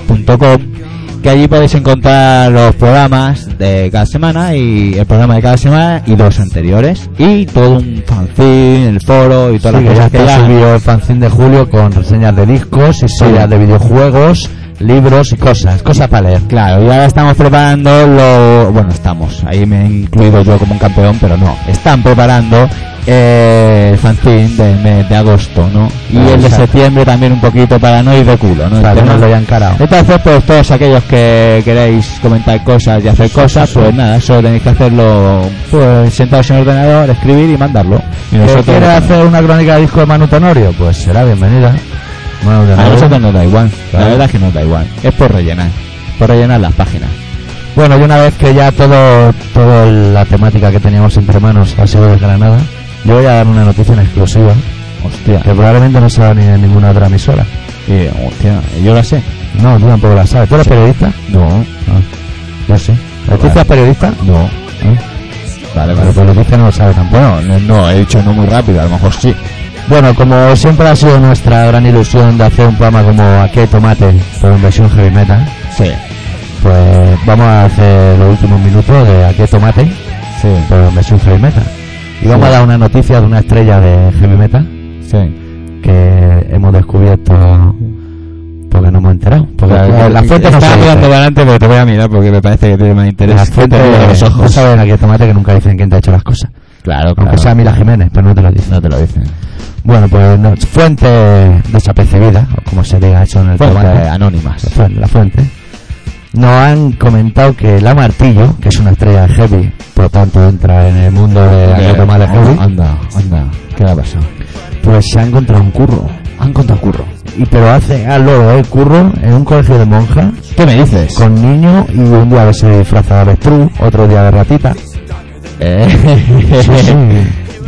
colaboracionciudadana.com que allí podéis encontrar los programas de cada semana y el programa de cada semana y los anteriores y todo un fanzine, el foro y todas Sí, que las ya cosas que está ya subido el fanzine de Julio con reseñas de discos y series de videojuegos, libros y cosas, cosas para leer. Claro, y ahora estamos preparando lo... Bueno, estamos, ahí me he incluido yo como un campeón, pero no. Están preparando eh, el fanzine de, me- de agosto, ¿no? Y Ah, el de exacto. septiembre también un poquito para no ir de culo, ¿no? El Para que tema. nos lo hayan encarado. Entonces, pues todos aquellos que queréis comentar cosas y hacer cosas, pues nada, solo tenéis que hacerlo pues sentados en el ordenador, escribir y mandarlo. Y ¿Que nosotros... quiere hacer una crónica de disco de Manu Tenorio? Pues será bienvenida. Manu A Tenorio. nosotros nos da igual, Claro. la verdad es que nos da igual. Es por rellenar, por rellenar las páginas. Bueno, y una vez que ya todo, toda la temática que teníamos entre manos ha sido desgranada, yo voy a dar una noticia en exclusiva, Hostia, que probablemente no se va ni en ninguna otra emisora. eh, hostia, yo la sé. No, tú tampoco la sabes. ¿Tú eres periodista? No, Yo sí. ¿Leticia Vale. es periodista? No. ¿Eh? Vale, Pero vale. periodista no lo sabe tampoco. Bueno, no, no, he dicho no muy rápido, a lo mejor sí. Bueno, como siempre ha sido nuestra gran ilusión de hacer un programa como Aquí hay tomate, pero en versión heavy metal, Sí, pues vamos a hacer los últimos minutos de Aquí hay tomate, sí, pero en versión heavy metal. Y vamos Sí. a dar una noticia de una estrella de heavy metal sí. que hemos descubierto porque no hemos enterado. Porque la, la fuente no Estaba se mirando dice. para adelante, pero te voy a mirar porque me parece que tiene más interés. La fuente Te mira los no ojos. saben Aquí hay tomate que nunca dicen quién te ha hecho las cosas. Claro, claro. Aunque sea Mila Jiménez, pero no te lo dicen. No te lo dicen. Bueno, pues no, fuente desapercibida, o como se diga eso en el Fuentes tomate. anónimas. Fran, la fuente, nos han comentado que La Martillo, que es una estrella de heavy, por lo tanto entra en el mundo de la toma de heavy, anda, anda. ¿Qué le ha pasado? pues se ha encontrado un curro. Han contado curro. Y pero hace al loro el curro en un colegio de monjas ¿Qué me dices? con niños y un día se disfraza de avestruz, otro día de ratita. Eh. Sí, sí.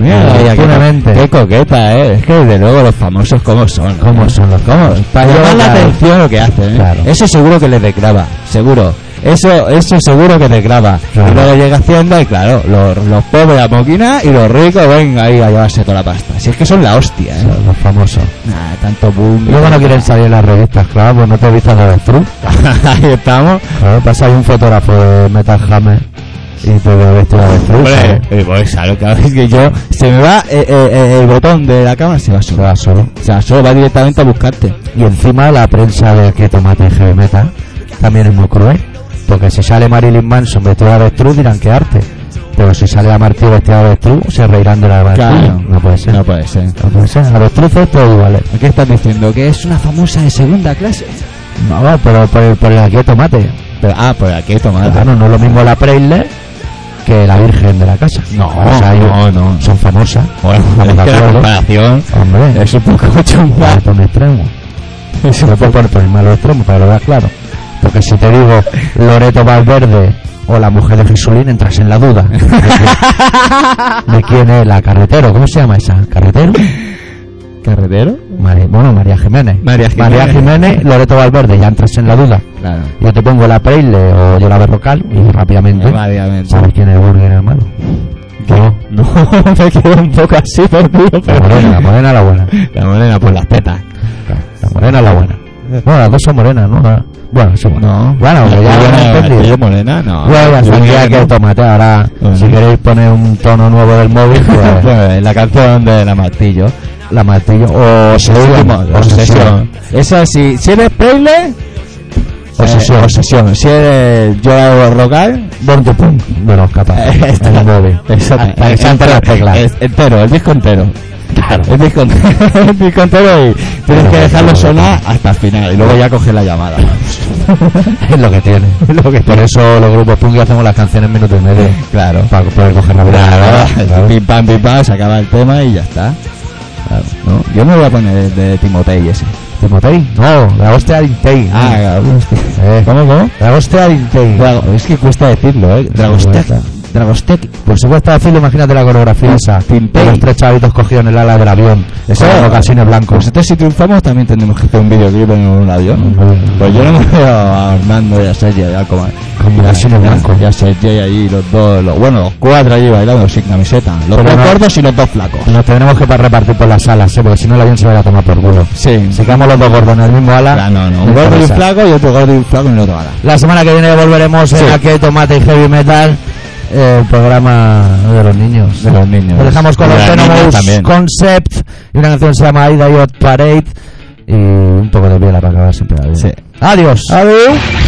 Mira, Mira, vaya, qué- obviamente. qué coqueta, eh. Es que desde luego los famosos cómo son. ¿Cómo eh. son los cómo? Para llamar la atención lo que hacen, ¿eh? Claro. Eso seguro que les desgraba, seguro. Eso, eso seguro que desgraba. Claro. Y luego llega Hacienda y claro, los, los pobres a poquina y los ricos venga ahí a llevarse toda la pasta. Si es que son la hostia, ¿eh? Los famosos. Nah, tanto boom. Luego no quieren salir en las revistas, claro, pues no te vistas de avestruz. ahí estamos. Claro, pasa ahí un fotógrafo de Metal Hammer y te ve vestido de avestruz. Hombre, ¿sabes? eh, pues claro, claro, es que yo se me va eh, eh, eh, el botón de la cámara se va Se solo. va solo. O sea, solo va directamente a buscarte. Y encima la prensa de que tomate y heavy metal también es muy cruel. Porque si sale Marilyn Manson vestida de avestruz dirán que arte. Pero si sale Amartí vestido de avestruz, se reirán de la Amartí. Claro. No puede ser. No puede ser. No puede ser. Avestruces todos iguales. ¿Qué estás diciendo? ¿Que es una famosa de segunda clase? No, va, pero por el, por el aquí hay tomate. Pero- ah, pues aquí es tomate. Claro, no es lo mismo la Preisler que la Virgen de la Casa. No, O sea, yo- no, no. Son famosas. Bueno, Estamos es de que la acuerdo. comparación Hombre, es un poco chunga. es un extremo. Se lo puedo poner por el malo extremo, para que lo veas claro. Porque si te digo Loreto Valverde o la mujer de Jesulín, entras en la duda. ¿De quién- ¿De quién es la carretero? ¿Cómo se llama esa? ¿Carretero? ¿Carretero? Mari- bueno, María Jiménez. María Jiménez. Jiménez, Loreto Valverde, ya entras en la duda. Claro. Yo te pongo la Preile o yo la Berrocal y rápidamente Rápidamente. sabes quién es el bueno y quién es el malo. Yo. No, me quedo un poco así perdido, La pero morena, la morena la buena. La morena por las tetas. La morena la buena. Bueno, las dos son morenas, ¿no? Ah, Bueno, sí, bueno. No. Bueno, La pero ya lo morena- he entendido. yo morena, no. Bueno, ya Yo sabía morena que no. el tomate. Ahora, Bueno. si queréis poner un tono nuevo del móvil, pues Pues, la canción de la martillo. la martillo. O obsesión. Obsesión. Obsesión. Esa sí. Si eres Preyle, Obsesión. eh, obsesión. Si eres eh, yo rocal, Donde pum, me lo escapa. En el móvil. Ah, eh, Hasta que salten las teclas. entero, el disco entero. Claro. El disco entero, el disco entero y tienes que dejarlo sonar hasta el final y luego ya coges la llamada. Es lo que tiene. Por eso los grupos punk hacemos las canciones en minuto y medio. Claro. Para poder coger la Nada, verdad. Pim pam, pim pam, se acaba el tema y ya está. Claro, ¿no? Yo me voy a poner de Timotei ese. ¿Timotei? No, la hostia Arintei. Ah, Eh, ¿Cómo, cómo? La hostia Arintei. Drago- es que cuesta decirlo, ¿eh? Dragostec. Dragostec. Por supuesto, decirlo, imagínate la coreografía esa. Timpei. De los tres chavitos cogidos en el ala del avión. Eso Claro. los mocasines blancos. Nosotros Pues si triunfamos también tendremos que hacer un videoclip en un avión. Pues yo no me veo a Armando y a Sergio y a Alcomar. Con mocasines blancos. Y a Sergio y allí los dos, los, bueno, los cuatro allí bailando sin camiseta. Los Pero dos no- gordos y los dos flacos. Nos tendremos que pa- repartir por las alas, ¿eh? porque si no el avión se va a ir a tomar por culo. Sí. Si quedamos los dos gordos en el mismo ala. Ah, no, no. Un nos gordo y un interesa. flaco y otro gordo y un flaco en el otro ala. La semana que viene volveremos Sí. en Aquí hay Tomate y Heavy Metal, el programa de los niños. De los niños. Lo dejamos con De los las niñas Venomous también. Concept y una canción que se llama Ida Parade y un poco de viola para acabar siempre. la vida. Sí. Adiós. Adiós.